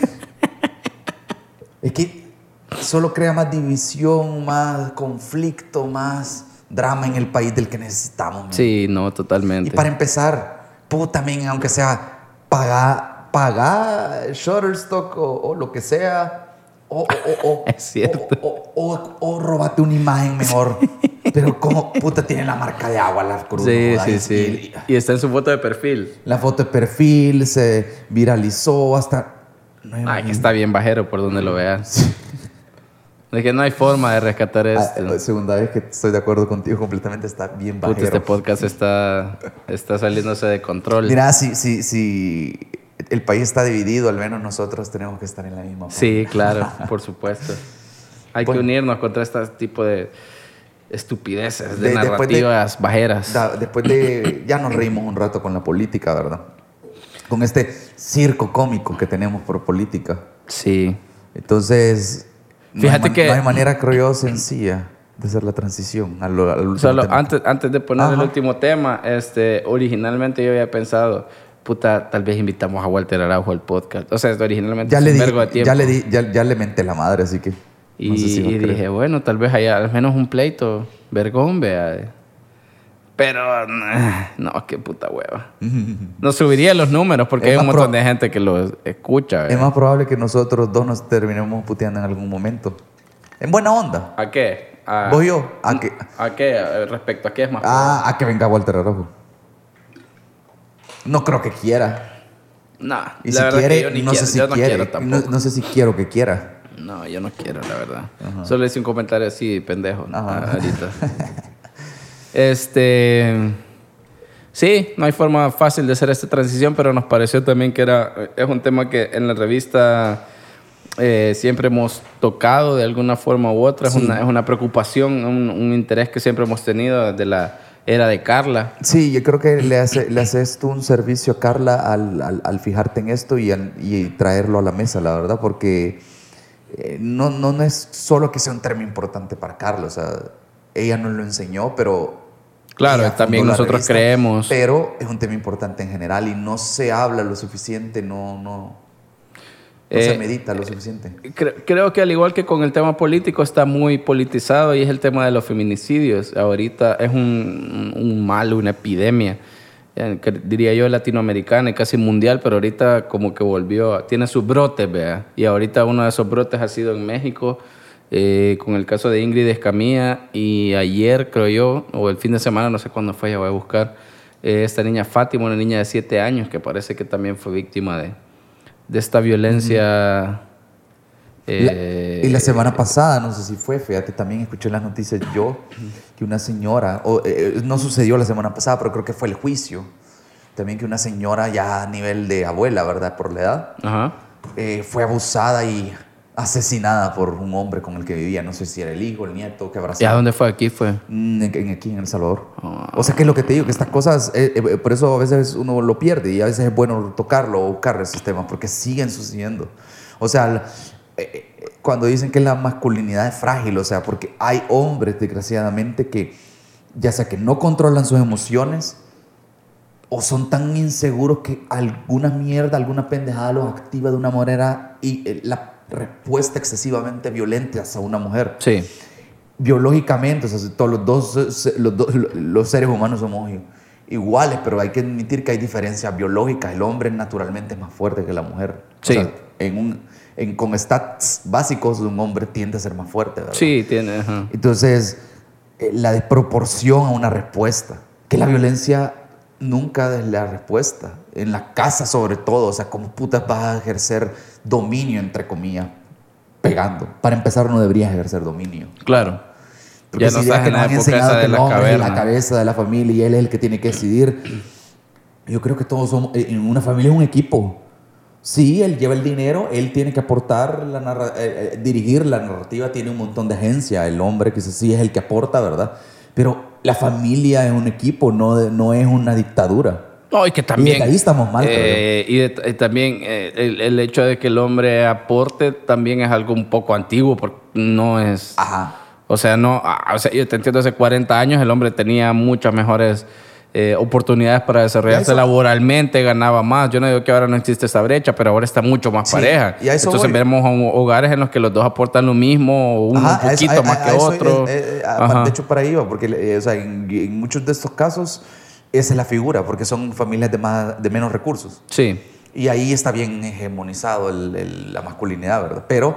A: es que solo crea más división, más conflicto, más drama en el país del que necesitamos. man.
B: Sí, no,
A: Y
B: totalmente.
A: para empezar, puta, también, aunque sea pagar pagar Shutterstock o, o lo que sea, o, o- o- o-
B: Es cierto.
A: o, o, o- o róbate una imagen mejor. Pero como puta tiene la marca de agua la cruz.
B: Sí,
A: no jodas,
B: sí,
A: y-
B: sí.
A: y-
B: Y está en su foto de perfil.
A: La foto de perfil se viralizó hasta. No hay-
B: Ay, que está bien bajero por donde lo veas. Es que no hay forma de rescatar
A: Ah,
B: esto.
A: eh, segunda vez que estoy de acuerdo contigo completamente, está bien
B: Puta, este
A: bajero.
B: podcast está, está saliéndose de control.
A: Mira, si, si, si el país está dividido, al menos nosotros tenemos que estar en la misma.
B: Sí, claro, por supuesto. Hay
A: Bueno.
B: que unirnos contra este tipo de estupideces, de,
A: De- después de-
B: narrativas bajeras.
A: Da- después de. Ya nos reímos un rato con la política, ¿verdad? con este circo cómico que tenemos por política.
B: Sí.
A: Entonces, no,
B: Fíjate
A: hay, man-
B: que-
A: no hay manera, creo yo, sencilla de hacer la transición al, al último
B: Solo
A: tema.
B: antes, antes de poner el
A: Ajá.
B: último tema, este, originalmente yo había pensado, puta, tal vez invitamos a Walter Araujo al podcast. O sea, originalmente
A: ya
B: hace
A: le,
B: un
A: di,
B: vergo de tiempo.
A: ya, le di, ya, ya le menté la madre, así que. no
B: Y,
A: sé si va a
B: y
A: querer.
B: dije, bueno, tal vez haya al menos un pleito, vergón, vea. Pero, nah, no, qué puta hueva. No subiría los números porque
A: Es
B: hay un
A: más
B: montón
A: pro-
B: de gente que los escucha.
A: Es
B: vea.
A: más probable que nosotros dos nos terminemos puteando en algún momento. En buena onda.
B: ¿A qué? A,
A: Voy yo. A que,
B: ¿A qué? Eh, Respecto a qué es más.
A: ah, a que venga Walter Araujo. No creo que quiera.
B: no,
A: Y
B: la
A: si
B: verdad
A: quiere,
B: que yo ni
A: no
B: quiero.
A: sé si
B: yo no
A: quiere.
B: quiero
A: No,
B: tampoco.
A: no sé si quiero que quiera.
B: No, yo no quiero, la verdad. Solo hice un comentario así, pendejo. ¿no?
A: Ajá.
B: Ahorita. este. Sí, no hay forma fácil de hacer esta transición, pero nos pareció también que era. Es un tema que en la revista eh, siempre hemos tocado de alguna forma u otra.
A: Sí.
B: Es, una, es una preocupación, un, un interés que siempre hemos tenido desde la era de Carla.
A: Sí, yo creo que le, hace, le haces tú un servicio, Carla, al, al- al fijarte en esto y, al- y traerlo a la mesa, la verdad, porque eh, no, no, no es solo que sea un tema importante para Carla, o sea, ella nos lo enseñó, pero...
B: Claro,
A: ella
B: también
A: fundó la
B: nosotros
A: revista,
B: creemos.
A: Pero es un tema importante en general y no se habla lo suficiente, no, no, no
B: Eh,
A: se medita lo suficiente.
B: Cre- creo que al igual que con el tema político está muy politizado y es el tema de los feminicidios. Ahorita es un, un mal, una epidemia, eh, que diría yo latinoamericana y casi mundial, pero ahorita como que volvió, tiene sus brotes, vea. Y ahorita uno de esos brotes ha sido en México, eh, con el caso de Ingrid Escamilla y ayer creo yo, o el fin de semana, no sé cuándo fue, ya voy a buscar, eh, esta niña Fátima, una niña de 7 años que parece que también fue víctima de, de esta violencia.
A: La-
B: Eh,
A: y la semana pasada, no sé si fue, fíjate, también escuché en las noticias yo que una señora, o, eh, no sucedió la semana pasada, pero creo que fue el juicio, también que una señora ya a nivel de abuela, ¿verdad? Por la edad,
B: Ajá.
A: eh, fue abusada y asesinada por un hombre con el que vivía, no sé si era el hijo, el nieto, que habrá
B: ¿Y a
A: sido.
B: dónde fue? Aquí fue.
A: Mm, en- en- aquí en El Salvador.
B: Ah.
A: O sea, que es lo que te digo, que estas cosas, eh, eh, por eso a veces uno lo pierde y a veces es bueno tocarlo o buscar esos temas, porque siguen sucediendo. O sea, la- eh, eh, cuando dicen que la masculinidad es frágil, o sea, porque hay hombres, desgraciadamente, que ya sea que no controlan sus emociones o son tan inseguros que alguna mierda, alguna pendejada los activa de una manera y eh, la respuesta excesivamente violenta hacia una mujer
B: Sí.
A: biológicamente, o sea, todos los dos, eh, se- los, dos- lo- los seres humanos somos i- iguales, pero hay que admitir que hay diferencias biológicas. El hombre naturalmente es más fuerte que la mujer. O
B: Sí.
A: sea, en un, en, con stats básicos, un hombre tiende a ser más fuerte, ¿verdad?
B: Sí, tiene. ajá.
A: Entonces, eh, la desproporción a una respuesta, que la violencia nunca es la respuesta, en la casa sobre todo, o sea, ¿cómo putas vas a ejercer dominio, entre comillas, pegando? Para empezar, no deberías ejercer dominio.
B: Claro.
A: Porque
B: Ya
A: si
B: no
A: ideas
B: estás
A: que
B: en
A: nos
B: la
A: han
B: época
A: enseñado
B: esa de
A: que el
B: la
A: hombre es la
B: caverna.
A: cabeza de la familia y él es el que tiene que decidir. Yo creo que todos somos, eh, en una familia es un equipo. Sí, él lleva el dinero, él tiene que aportar, la narra- eh, eh, dirigir la narrativa, tiene un montón de agencia, el hombre quizás sí es el que aporta, ¿verdad? Pero la familia es un equipo, no, de- no es una dictadura.
B: No, y que
A: Y
B: también.
A: de ahí estamos mal, creo yo.
B: eh, y, de- y también eh, el, el hecho de que el hombre aporte también es algo un poco antiguo, porque no es.
A: Ajá.
B: O sea, no, ah, o sea, yo te entiendo, hace 40 años el hombre tenía muchas mejores eh, oportunidades para desarrollarse
A: Eso-
B: laboralmente, ganaba más. Yo no digo que ahora no existe esa brecha, pero ahora está mucho más
A: Sí,
B: pareja.
A: y a eso
B: Entonces
A: voy.
B: vemos ho- hogares en los que los dos aportan lo mismo, o uno
A: Ajá,
B: un
A: a eso-
B: poquito
A: a-
B: más
A: a-
B: que
A: a eso-
B: otro.
A: eh, eh,
B: Ajá.
A: aparte, de hecho, para iba, porque eh, o sea, en, en muchos de estos casos esa es la figura, porque son familias de, más, de menos recursos.
B: Sí,
A: Y ahí está bien hegemonizado el- el- la masculinidad, ¿verdad? Pero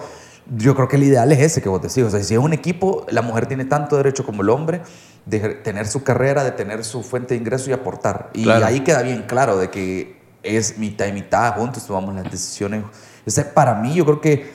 A: yo creo que el ideal es ese que vos decís. O sea, si es un equipo, la mujer tiene tanto derecho como el hombre de ejer- tener su carrera, de tener su fuente de ingreso y aportar. Y
B: Claro.
A: ahí queda bien claro de que es mitad y mitad, juntos tomamos las decisiones. O sea, para mí, yo creo que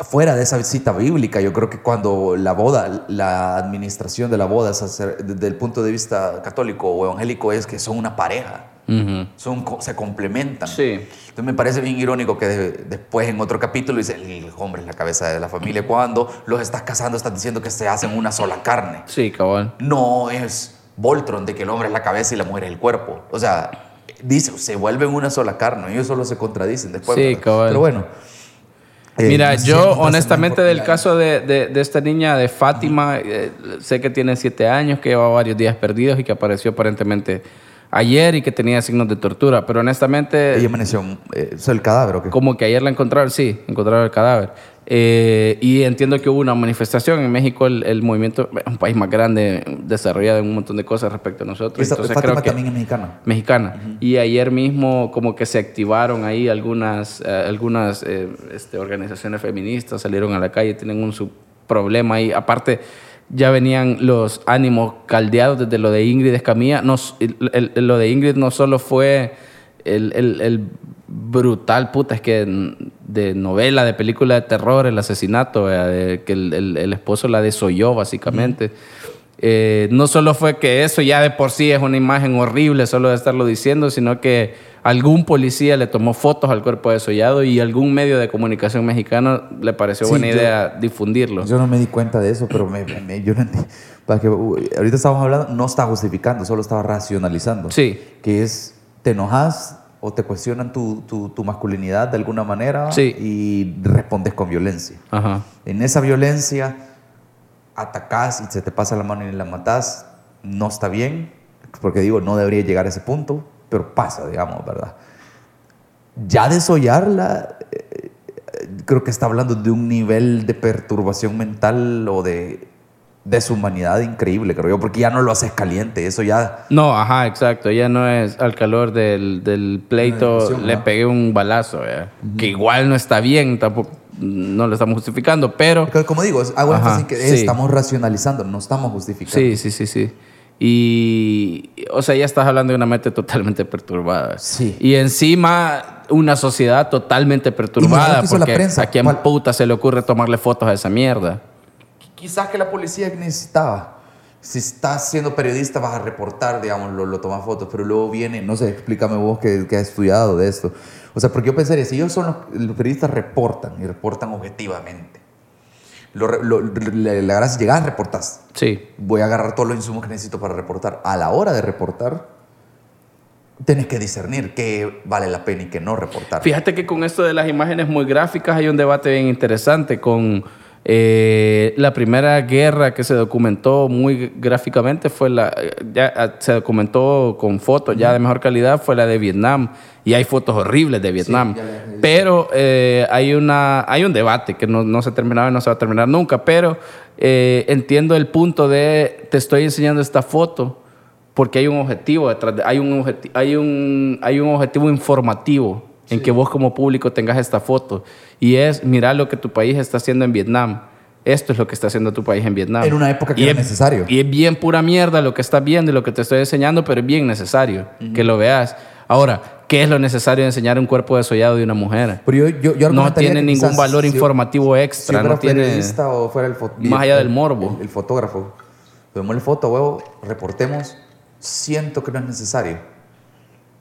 A: fuera de esa cita bíblica, yo creo que cuando la boda, la administración de la boda, es hacer- desde el punto de vista católico o evangélico, es que son una pareja
B: Ujú.
A: son, co- se complementan.
B: Sí.
A: Entonces me parece bien irónico que de- después en otro capítulo dice, el hombre es la cabeza de la familia, cuando los estás casando estás diciendo que se hacen una sola carne.
B: sí, cabal.
A: No es Voltron de que el hombre es la cabeza y la mujer es el cuerpo. O sea, dice, se vuelven una sola carne, ellos solo se contradicen después.
B: Sí,
A: ¿verdad?
B: cabal.
A: Pero bueno. eh,
B: Mira,
A: no sé, no
B: yo
A: pasa nada
B: honestamente
A: porque
B: del
A: la-
B: caso de, de- de esta niña de Fátima, eh, sé que tiene siete años, que lleva varios días perdidos y que apareció aparentemente ayer y que tenía signos de tortura, pero honestamente
A: Ella amaneció, eh, o sea, el cadáver, ¿o qué?
B: como que ayer la encontraron, sí, encontraron el cadáver. Eh, y entiendo que hubo una manifestación en México, el, el movimiento es un país más grande, desarrollado en un montón de cosas respecto a nosotros.
A: Esa-
B: Entonces
A: Fátima
B: creo que
A: también es mexicana.
B: mexicana. Y ayer mismo como que se activaron ahí algunas, eh, algunas eh, este, organizaciones feministas, salieron a la calle, tienen un su problema ahí. Aparte, ya venían los ánimos caldeados desde lo de Ingrid Escamilla. No, s- el- el- lo de Ingrid no solo fue el, el- el brutal, puta, es que n- de novela, de película de terror, el asesinato, ¿verdad? De que el, el- el esposo la desolló básicamente. Eh, no solo fue que eso ya de por sí es una imagen horrible solo de estarlo diciendo, sino que algún policía le tomó fotos al cuerpo desollado y algún medio de comunicación mexicano le pareció
A: Sí,
B: buena
A: yo-
B: idea difundirlo.
A: Yo no me di cuenta de eso, pero me, me- me- yo no entendí. Para que, uy, ahorita estábamos hablando, no está justificando, solo estaba racionalizando.
B: Sí.
A: Que es, te enojas o te cuestionan tu, tu- tu masculinidad de alguna manera
B: Sí.
A: y respondes con violencia.
B: Ajá.
A: En esa violencia atacás y se te pasa la mano y la matás, no está bien, porque digo, no debería llegar a ese punto, pero pasa, digamos, ¿verdad? Ya desollarla, eh, eh, creo que está hablando de un nivel de perturbación mental o de deshumanidad increíble, creo yo, porque ya no lo haces caliente, eso ya...
B: No, ajá, exacto. Ella no es al calor del, del
A: Una
B: pleito,
A: discusión,
B: le
A: ajá.
B: pegué un balazo, ¿verdad? que igual no está bien, tampoco no lo estamos justificando, pero...
A: Como digo, es- hago
B: Ajá,
A: énfasis en que
B: sí.
A: estamos racionalizando, no estamos justificando.
B: Sí, sí, sí, sí. Y, o sea, ya estás hablando de una mente totalmente perturbada.
A: Sí.
B: Y encima, una sociedad totalmente
A: mira
B: perturbada.
A: lo que hizo la
B: porque
A: prensa.
B: a quién
A: ¿Cuál?
B: puta se le ocurre tomarle fotos a esa mierda.
A: quizás que la policía que necesitaba. Si estás siendo periodista vas a reportar, digamos, lo, lo tomas fotos, pero luego viene, no sé, explícame vos que, que has estudiado de esto. O sea, porque yo pensaría, si ellos son los, los periodistas reportan y reportan objetivamente. Lo re- lo- la, la gracia llegas, reportas.
B: Sí.
A: Voy a agarrar todos los insumos que necesito para reportar. A la hora de reportar, tienes que discernir qué vale la pena y qué no reportar.
B: Fíjate que con esto de las imágenes muy gráficas hay un debate bien interesante con eh, la primera guerra que se documentó muy gráficamente fue la eh, ya eh, se documentó con fotos ya de mejor calidad fue la de Vietnam y hay fotos horribles de Vietnam
A: ya las he visto.
B: pero eh, hay una hay un debate que no, no se ha terminado y no se va a terminar nunca pero eh, entiendo el punto de te estoy enseñando esta foto porque hay un objetivo detrás de- hay un objeti- hay un hay un objetivo informativo en que vos como público tengas esta foto y es mirar lo que tu país está haciendo en Vietnam esto es lo que está haciendo tu país en Vietnam
A: En una época que
B: Y
A: era
B: es-
A: necesario.
B: y es bien pura mierda lo que estás viendo y lo que te estoy enseñando pero es bien necesario que lo veas ahora ¿qué es lo necesario de enseñar un cuerpo desollado de una mujer?
A: Pero yo- yo- yo
B: no
A: argumentaría
B: tiene
A: que
B: ningún
A: quizás
B: valor
A: si-
B: informativo
A: Si
B: extra
A: fuera
B: no tiene
A: periodista o fuera el fo-
B: Más allá del
A: el-
B: morbo.
A: El, el fotógrafo. Tomemos la foto, huevo, reportemos. Siento que no es necesario.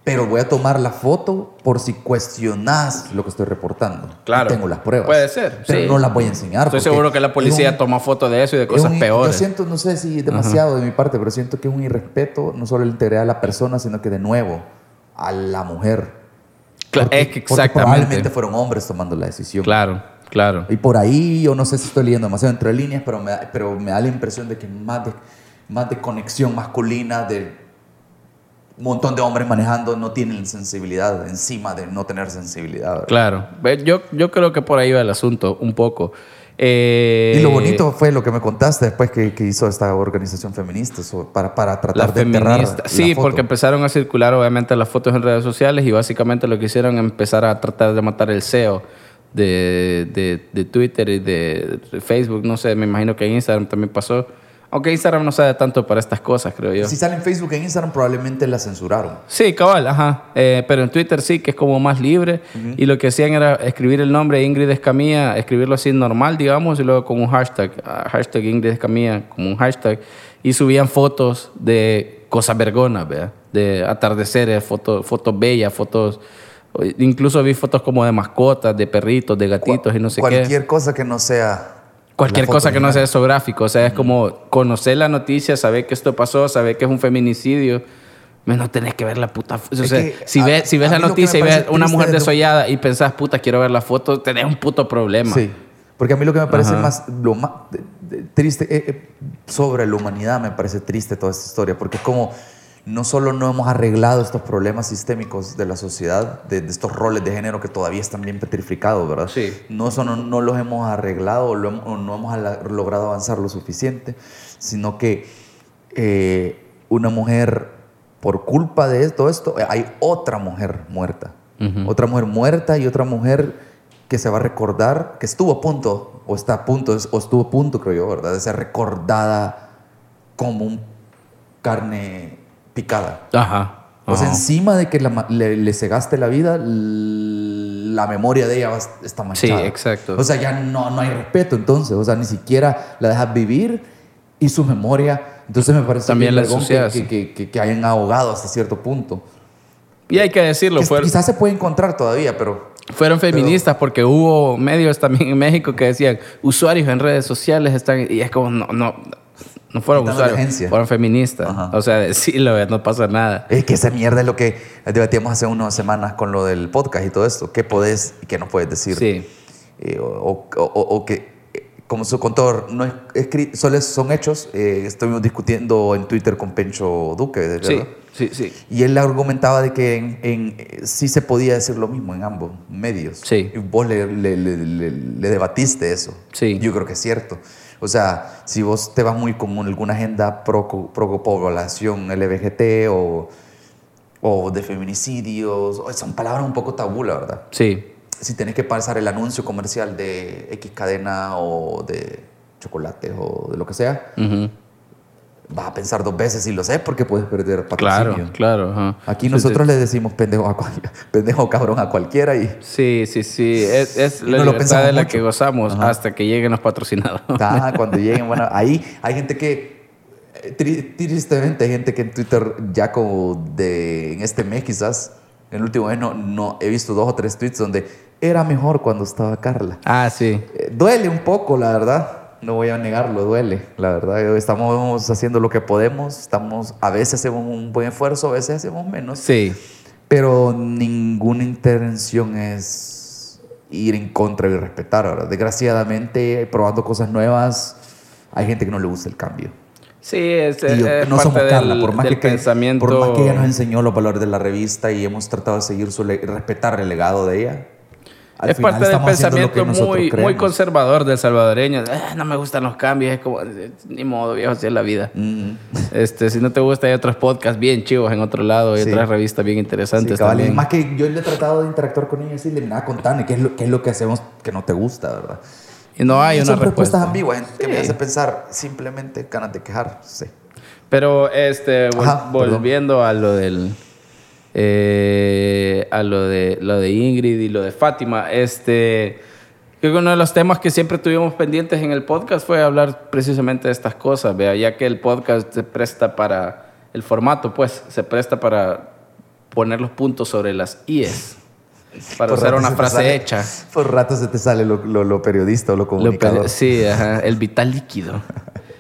A: Pero voy a tomar la foto por si cuestionás lo que estoy reportando.
B: Claro.
A: Y Tengo las pruebas.
B: Puede ser,
A: Pero
B: sí.
A: no las voy a enseñar.
B: Estoy
A: porque
B: seguro que la policía
A: es un-
B: toma fotos de eso y de
A: es
B: cosas
A: un-
B: peores.
A: Yo siento, no sé si es demasiado de mi parte, pero siento que es un irrespeto no solo a la integridad de la persona, sino que de nuevo a la mujer.
B: Cla-
A: Porque-
B: es que
A: porque probablemente
B: exactamente.
A: fueron hombres tomando la decisión.
B: Claro, claro.
A: Y por ahí, yo no sé si estoy leyendo demasiado entre líneas, pero me, da- pero me da la impresión de que más de, más de conexión masculina, de un montón de hombres manejando, no tienen sensibilidad encima de no tener sensibilidad. ¿verdad?
B: Claro. Ve, Yo, yo creo que por ahí va el asunto, un poco. Eh,
A: Y lo bonito fue lo que me contaste después que, que hizo esta organización feminista so- para, para
B: la
A: tratar de enterrar
B: feminista.
A: la
B: Sí,
A: foto.
B: porque empezaron a circular obviamente las fotos en redes sociales y básicamente lo que hicieron es empezar a tratar de matar el SEO de, de- de Twitter y de Facebook. No sé, me imagino que en Instagram también pasó. Aunque Instagram no sabe tanto para estas cosas, creo yo.
A: Si sale en Facebook e Instagram, probablemente la censuraron.
B: Sí, cabal, ajá. Eh, pero en Twitter sí, que es como más libre. Y lo que hacían era escribir el nombre Ingrid Escamilla, escribirlo así normal, digamos, y luego con un hashtag, ah, hashtag Ingrid Escamilla, como un hashtag. Y subían fotos de cosas vergonas, ¿verdad? De atardeceres, foto- fotos bellas, fotos... Incluso vi fotos como de mascotas, de perritos, de gatitos y no sé qué.
A: Cualquier cosa que no sea.
B: Cualquier
A: la foto
B: cosa que no
A: original.
B: sea eso gráfico. O sea, es como conocer la noticia, saber que esto pasó, saber que es un feminicidio. "Men, no tenés que ver la puta foto. O
A: Es
B: sea,
A: que
B: si,
A: a-
B: ves, si ves
A: a
B: la
A: mí lo que
B: noticia y
A: me
B: ves
A: parece
B: una
A: triste
B: mujer
A: de lo-
B: desollada y pensás, puta, quiero ver la foto, tenés un puto problema.
A: Sí. Porque a mí lo que me parece
B: Ajá.
A: más, lo más de- de- triste eh, eh, sobre la humanidad, me parece triste toda esta historia, porque es como no solo no hemos arreglado estos problemas sistémicos de la sociedad, de, de estos roles de género que todavía están bien petrificados, ¿verdad?
B: Sí.
A: No solo no los hemos arreglado o, lo hem- o no hemos ala- logrado avanzar lo suficiente, sino que eh, una mujer, por culpa de todo esto, eh, hay otra mujer muerta.
B: Ujú.
A: Otra mujer muerta y otra mujer que se va a recordar, que estuvo a punto, o está a punto, es- o estuvo a punto, creo yo, ¿verdad? De ser recordada como un carne picada.
B: Ajá.
A: O sea,
B: Ajá.
A: encima de que la ma- le, le cegaste la vida, l- la memoria de ella va a est- está manchada.
B: exacto.
A: O sea, ya no, no hay respeto entonces. O sea, ni siquiera la dejas vivir y su memoria. Entonces me parece bien
B: También la
A: vergón que-
B: ensucias.
A: que, que, que- que hayan ahogado hasta cierto punto.
B: Y hay que decirlo,
A: Que
B: fue-
A: Quizás se puede encontrar todavía, pero
B: fueron feministas porque hubo medios también en México que decían, usuarios en redes sociales están... Y es como, no, no, no fueron
A: Quitando la
B: usuarios,
A: agencia.
B: fueron feministas.
A: Ajá.
B: O sea, decirlo, eh, no pasa nada.
A: Es que esa mierda es lo que debatíamos hace unas semanas con lo del podcast y todo esto. ¿Qué podés y qué no puedes decir?
B: Sí.
A: Eh, o, o- o- o que, eh, como su contor, no es escri- solo es- son hechos. eh, estuvimos discutiendo en Twitter con Pencho Duque, ¿verdad?
B: Sí, sí, sí.
A: Y él argumentaba de que en, en, eh, sí se podía decir lo mismo en ambos medios.
B: Sí.
A: Y vos le, le- le- le- le debatiste eso.
B: Sí.
A: Yo creo que es cierto. O sea, si vos te vas muy con alguna agenda pro, pro población LBGT o, o de feminicidios, o- son palabras un poco tabú, la verdad.
B: Sí.
A: Si tenés que pasar el anuncio comercial de X cadena o de chocolates o de lo que sea,
B: Ujú.
A: vas a pensar dos veces si lo sé porque puedes perder patrocinio.
B: Claro, claro. ajá.
A: Aquí nosotros le decimos pendejo, a cual- pendejo cabrón a cualquiera y
B: Sí, sí, sí. Es, es
A: Y
B: la
A: no lo
B: libertad
A: pensamos
B: de la
A: mucho.
B: que gozamos
A: Ajá.
B: hasta que lleguen los patrocinadores.
A: ta, cuando lleguen, bueno, ahí hay gente que, eh, tri- tristemente, hay gente que en Twitter ya como de, en este mes quizás, en el último mes no, no he visto dos o tres tweets donde era mejor cuando estaba Carla.
B: Ah, sí.
A: Eh, duele un poco, la verdad. No voy a negarlo, duele, la verdad. Estamos haciendo lo que podemos, estamos, a veces hacemos un buen esfuerzo, a veces hacemos menos.
B: Sí.
A: Pero ninguna intervención es ir en contra y respetar. Ahora, desgraciadamente, probando cosas nuevas, hay gente que no le gusta el cambio.
B: Sí, es,
A: Y yo-
B: es
A: no somos
B: parte del,
A: Carla, por más,
B: del
A: que,
B: pensamiento.
A: por más que ella nos enseñó los valores de la revista y hemos tratado de seguir su le- respetar el legado de ella. al
B: es
A: final
B: parte del
A: estamos haciendo lo que
B: pensamiento
A: nosotros
B: muy, muy
A: creemos.
B: conservador del salvadoreño. Ah, no me gustan los cambios, es como, eh, ni modo, viejo, así es la vida.
A: Mm.
B: Este, si no te gusta, hay otros podcasts bien chivos en otro lado, hay
A: Sí.
B: otras revistas bien
A: Sí,
B: interesantes
A: cabal, y
B: también.
A: Más que yo le he tratado de interactuar con ella y decirle, nada, contame, ¿qué es, lo, ¿qué es lo que hacemos que no te gusta, verdad?
B: Y no hay una
A: Son
B: respuesta.
A: respuestas ambiguas en- que me
B: Sí.
A: hace pensar simplemente ganas de quejar. Sí.
B: Pero este, vol-
A: Ajá, perdón.
B: volviendo a lo del. eh, a lo de, lo de Ingrid y lo de Fátima, este. Creo que uno de los temas que siempre tuvimos pendientes en el podcast fue hablar precisamente de estas cosas, vea, ya que el podcast se presta para. El formato, pues, se presta para poner los puntos sobre las IES. Para
A: Por
B: usar
A: rato
B: una
A: se te
B: frase
A: sale-
B: hecha.
A: Por rato se te sale lo, lo- lo periodista o lo
B: Lo pe-
A: comunicador.
B: sí, ajá, el vital líquido.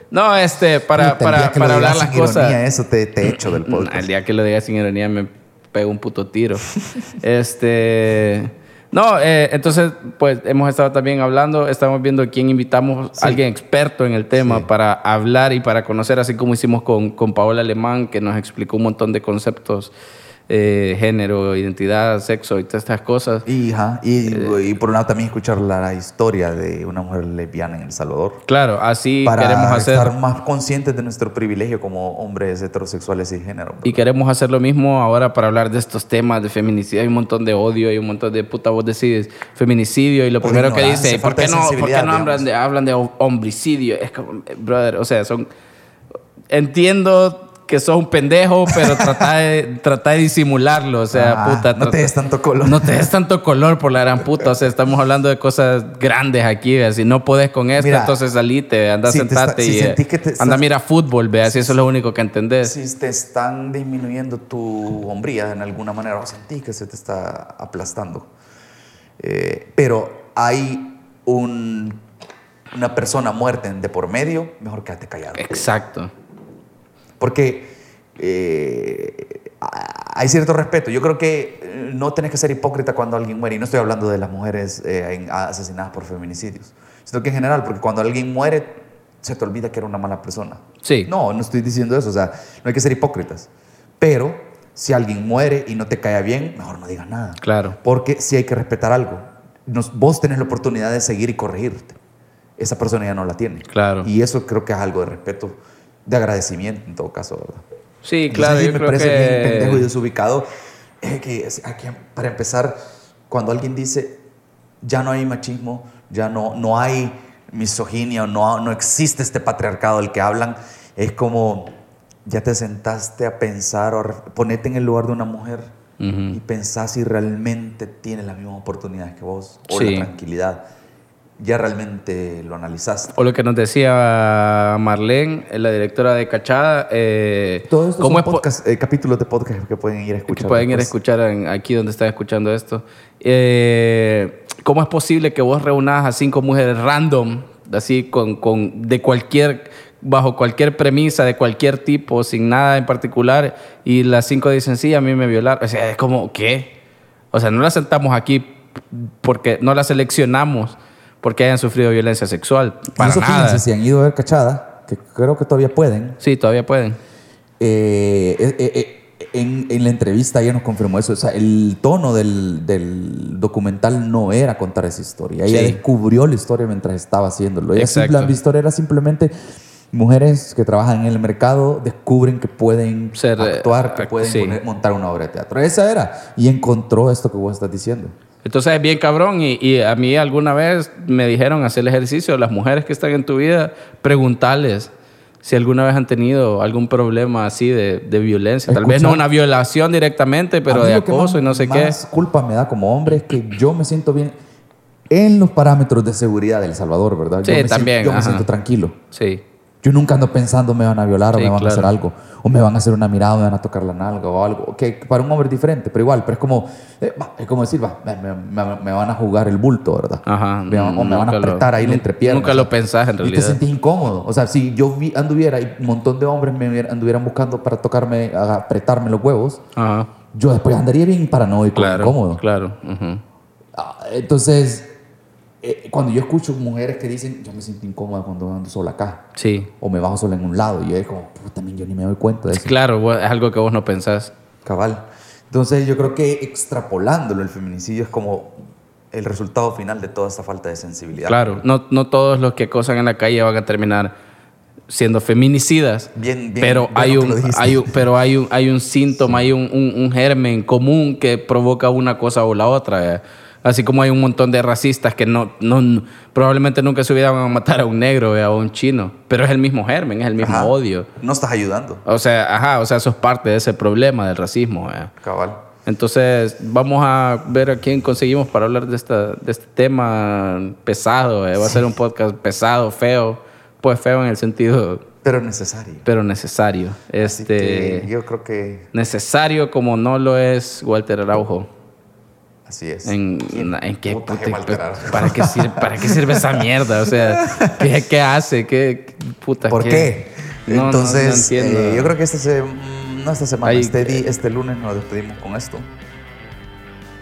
B: No, este,
A: Puta,
B: para,
A: el
B: para,
A: día que
B: para
A: lo digas
B: hablar las
A: sin
B: cosas.
A: ironía, eso te, te echo del
B: No,
A: podcast.
B: el día que lo diga sin ironía me pego un puto tiro. este. No, eh, entonces, pues hemos estado también hablando, estamos viendo quién invitamos, alguien experto en el tema para hablar y para conocer, así como hicimos con, con Paola Alemán, que nos explicó un montón de conceptos, eh, género, identidad, sexo y todas estas cosas.
A: Y, ajá, y-
B: Eh.
A: y por un lado también escuchar la historia de una mujer lesbiana en El Salvador.
B: Claro, así
A: para
B: queremos hacer.
A: estar más conscientes de nuestro privilegio como hombres heterosexuales y género.
B: Y queremos hacer lo mismo ahora para hablar de estos temas de feminicidio. Hay un montón de odio, hay un montón de puta vos decís feminicidio y lo
A: Por
B: primero que
A: ignorancia,
B: dice, ¿por
A: ah, falta
B: qué
A: de
B: no, por qué
A: sensibilidad,
B: no hablan, de, hablan de hom- homicidio? Es como, eh, brother, o sea, son... Entiendo que sos un pendejo, pero trata de, trata de disimularlo, o sea,
A: Ah,
B: puta.
A: no
B: trata-
A: te des tanto color.
B: No te des tanto color por la gran puta, o sea, estamos hablando de cosas grandes aquí, vea, si no podés con esto,
A: Mira,
B: entonces salite, anda,
A: si te está-
B: sentate
A: si
B: y eh,
A: sentís que te
B: anda,
A: estás-
B: mira fútbol, vea, si eso es lo único que entendés.
A: si te están disminuyendo tu hombría en alguna manera o sentís que se te está aplastando. Eh, pero hay un- una persona muerta en- de por medio, mejor quédate callado.
B: Exacto.
A: Porque eh, ah, hay cierto respeto. Yo creo que eh, no tenés que ser hipócrita cuando alguien muere. Y no estoy hablando de las mujeres eh, en- asesinadas por feminicidios, sino que en general, porque cuando alguien muere, se te olvida que era una mala persona.
B: Sí.
A: No, no estoy diciendo eso. O sea, no hay que ser hipócritas. Pero si alguien muere y no te cae bien, mejor no digas nada.
B: Claro.
A: Porque sí hay que respetar algo. Nos- vos tenés la oportunidad de seguir y corregirte. Esa persona ya no la tiene.
B: Claro.
A: Y eso creo que es algo de respeto, de agradecimiento en todo caso, ¿verdad?
B: Sí,
A: Entonces,
B: claro,
A: sí,
B: yo
A: me
B: creo
A: parece bien pendejo y
B: que...
A: desubicado. eh, que es- aquí, para empezar, cuando alguien dice ya no hay machismo, ya no, no hay misoginia, no, no existe este patriarcado del que hablan, es como ya te sentaste a pensar o a ref- ponete en el lugar de una mujer
B: Ujú.
A: y pensás si realmente tiene las mismas oportunidades que vos o
B: Sí.
A: la tranquilidad. Ya realmente lo analizaste.
B: O lo que nos decía Marlene, eh, la directora de Cachada, eh,
A: Todo esto
B: ¿cómo
A: son
B: es po-
A: podcast, eh, capítulos de podcast que pueden ir a escuchar.
B: que pueden ir a
A: después.
B: escuchar en- aquí donde están escuchando esto. Eh, ¿Cómo es posible que vos reunás a cinco mujeres random, así, con, con- de cualquier, bajo cualquier premisa, de cualquier tipo, sin nada en particular, y las cinco dicen, sí, a mí me violaron? O sea, es como, ¿qué? O sea, no las sentamos aquí porque no las seleccionamos porque hayan sufrido violencia sexual. Para
A: eso
B: nada.
A: fíjense, si han ido a ver cachada, que creo que todavía pueden,
B: Sí, todavía pueden.
A: eh, eh, eh, eh, en, en la entrevista ella nos confirmó eso. O sea, el tono del, del documental no era contar esa historia. Ella
B: Sí.
A: descubrió la historia mientras estaba haciéndolo. Ella
B: Exacto.
A: simple- la historia era simplemente mujeres que trabajan en el mercado descubren que pueden
B: Ser, eh,
A: actuar, que
B: ac-
A: pueden
B: sí.
A: poner- montar una obra de teatro. Esa era. Y encontró esto que vos estás diciendo.
B: Entonces es bien cabrón y, y a mí alguna vez me dijeron hacer el ejercicio, las mujeres que están en tu vida, preguntarles si alguna vez han tenido algún problema así de, de violencia. Tal vez
A: Escucha.
B: no una violación directamente, pero
A: A mí
B: de
A: lo que
B: acoso
A: más-
B: y no sé
A: más culpa me da como hombre es que yo me siento bien en los parámetros de seguridad de El Salvador, ¿verdad?
B: Sí,
A: yo me
B: también,
A: Siento, yo me
B: ajá.
A: siento tranquilo.
B: qué. Sí.
A: Yo nunca ando pensando me van a violar o
B: Sí,
A: me van
B: claro.
A: a hacer algo. O me van a hacer una mirada o me van a tocar la nalga o algo. Que para un hombre es diferente, pero igual. Pero es como, eh, va, es como decir, va, me, me- me- me van a jugar el bulto, ¿verdad?
B: Ajá.
A: Me van- o me van
B: Nunca
A: a
B: lo-
A: apretar ahí la
B: nun-
A: entrepierna.
B: Nunca
A: o
B: lo
A: sea,
B: pensás en
A: y te
B: realidad.
A: sentís incómodo. O sea, si yo vi- anduviera y un montón de hombres me hubiera- anduvieran buscando para tocarme, a- apretarme los huevos,
B: Ajá.
A: yo después andaría bien paranoico,
B: Claro.
A: incómodo.
B: Claro. ujú.
A: Ah, Entonces, eh, cuando yo escucho mujeres que dicen, yo me siento incómoda cuando ando sola acá,
B: Sí.
A: o me bajo sola en un lado, y yo es como, también yo ni me doy cuenta de eso,
B: Claro, vos- es algo que vos no pensás.
A: cabal. Entonces, yo creo que extrapolándolo, el feminicidio es como el resultado final de toda esta falta de sensibilidad.
B: Claro. No, no todos los que acosan en la calle van a terminar siendo feminicidas.
A: Bien, bien.
B: pero
A: bueno
B: hay
A: que lo
B: un,
A: dijiste.
B: hay un- pero hay un hay un síntoma hay un, un- un germen común que provoca una cosa o la otra eh. así como hay un montón de racistas que no, no- no- probablemente nunca se hubieran a matar a un negro eh, o a un chino pero es el mismo germen es el mismo
A: Ajá.
B: odio
A: No estás ayudando,
B: o sea ajá o sea eso es parte de ese problema del racismo eh.
A: cabal.
B: entonces vamos a ver a quién conseguimos para hablar de esta de este tema pesado eh. va a ser un podcast pesado feo pues feo en el sentido
A: Pero necesario.
B: pero necesario
A: Así
B: este
A: que yo creo que
B: necesario como no lo es Walter Araujo.
A: así es.
B: En,
A: ¿Quién
B: en qué
A: puta
B: puta-
A: es Walter Araujo?
B: ¿para, qué sirve, ¿Para qué sirve esa mierda? O sea, ¿qué, qué hace? ¿Qué, qué puta?
A: ¿Por qué?
B: No, no, no
A: Entonces,
B: entiendo. eh,
A: eh, yo creo que esta, se- mm, no esta semana,
B: Ahí-
A: este, di- este lunes nos despedimos con esto.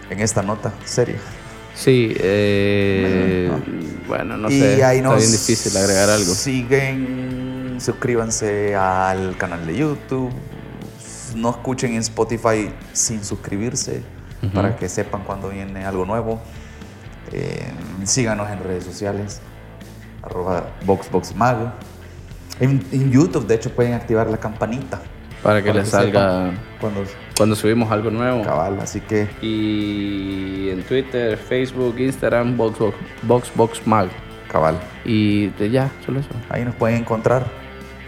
A: En esta nota seria.
B: Sí, eh, bueno, no sé. Está bien difícil agregar algo.
A: Siguen, suscríbanse al canal de YouTube. No escuchen en Spotify sin suscribirse para que sepan cuando viene algo nuevo. Eh, síganos en redes sociales, arroba VoxBoxMago. En, en YouTube, de hecho, pueden activar la campanita
B: Para que
A: para
B: les
A: que
B: salga
A: sepan cuando
B: cuando subimos algo nuevo.
A: cabal. Así que
B: Y en Twitter, Facebook, Instagram, Boxbox, Boxbox Mag.
A: cabal,
B: Y de ya, solo eso.
A: ahí nos pueden encontrar.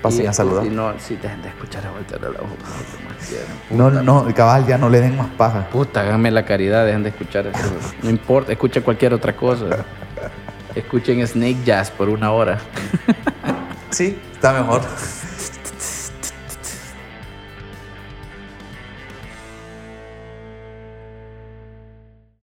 A: Pasen
B: Y-
A: a saludar.
B: Y no, sí, dejen de escuchar a Walter Araujo. por favor, no más quiero.
A: No, no, cabal, ya no le den más paja.
B: Puta, háganme la caridad, dejen de escuchar eso. No importa, escuchen cualquier otra cosa. Escuchen Snake Jazz por una hora.
A: Sí, está mejor.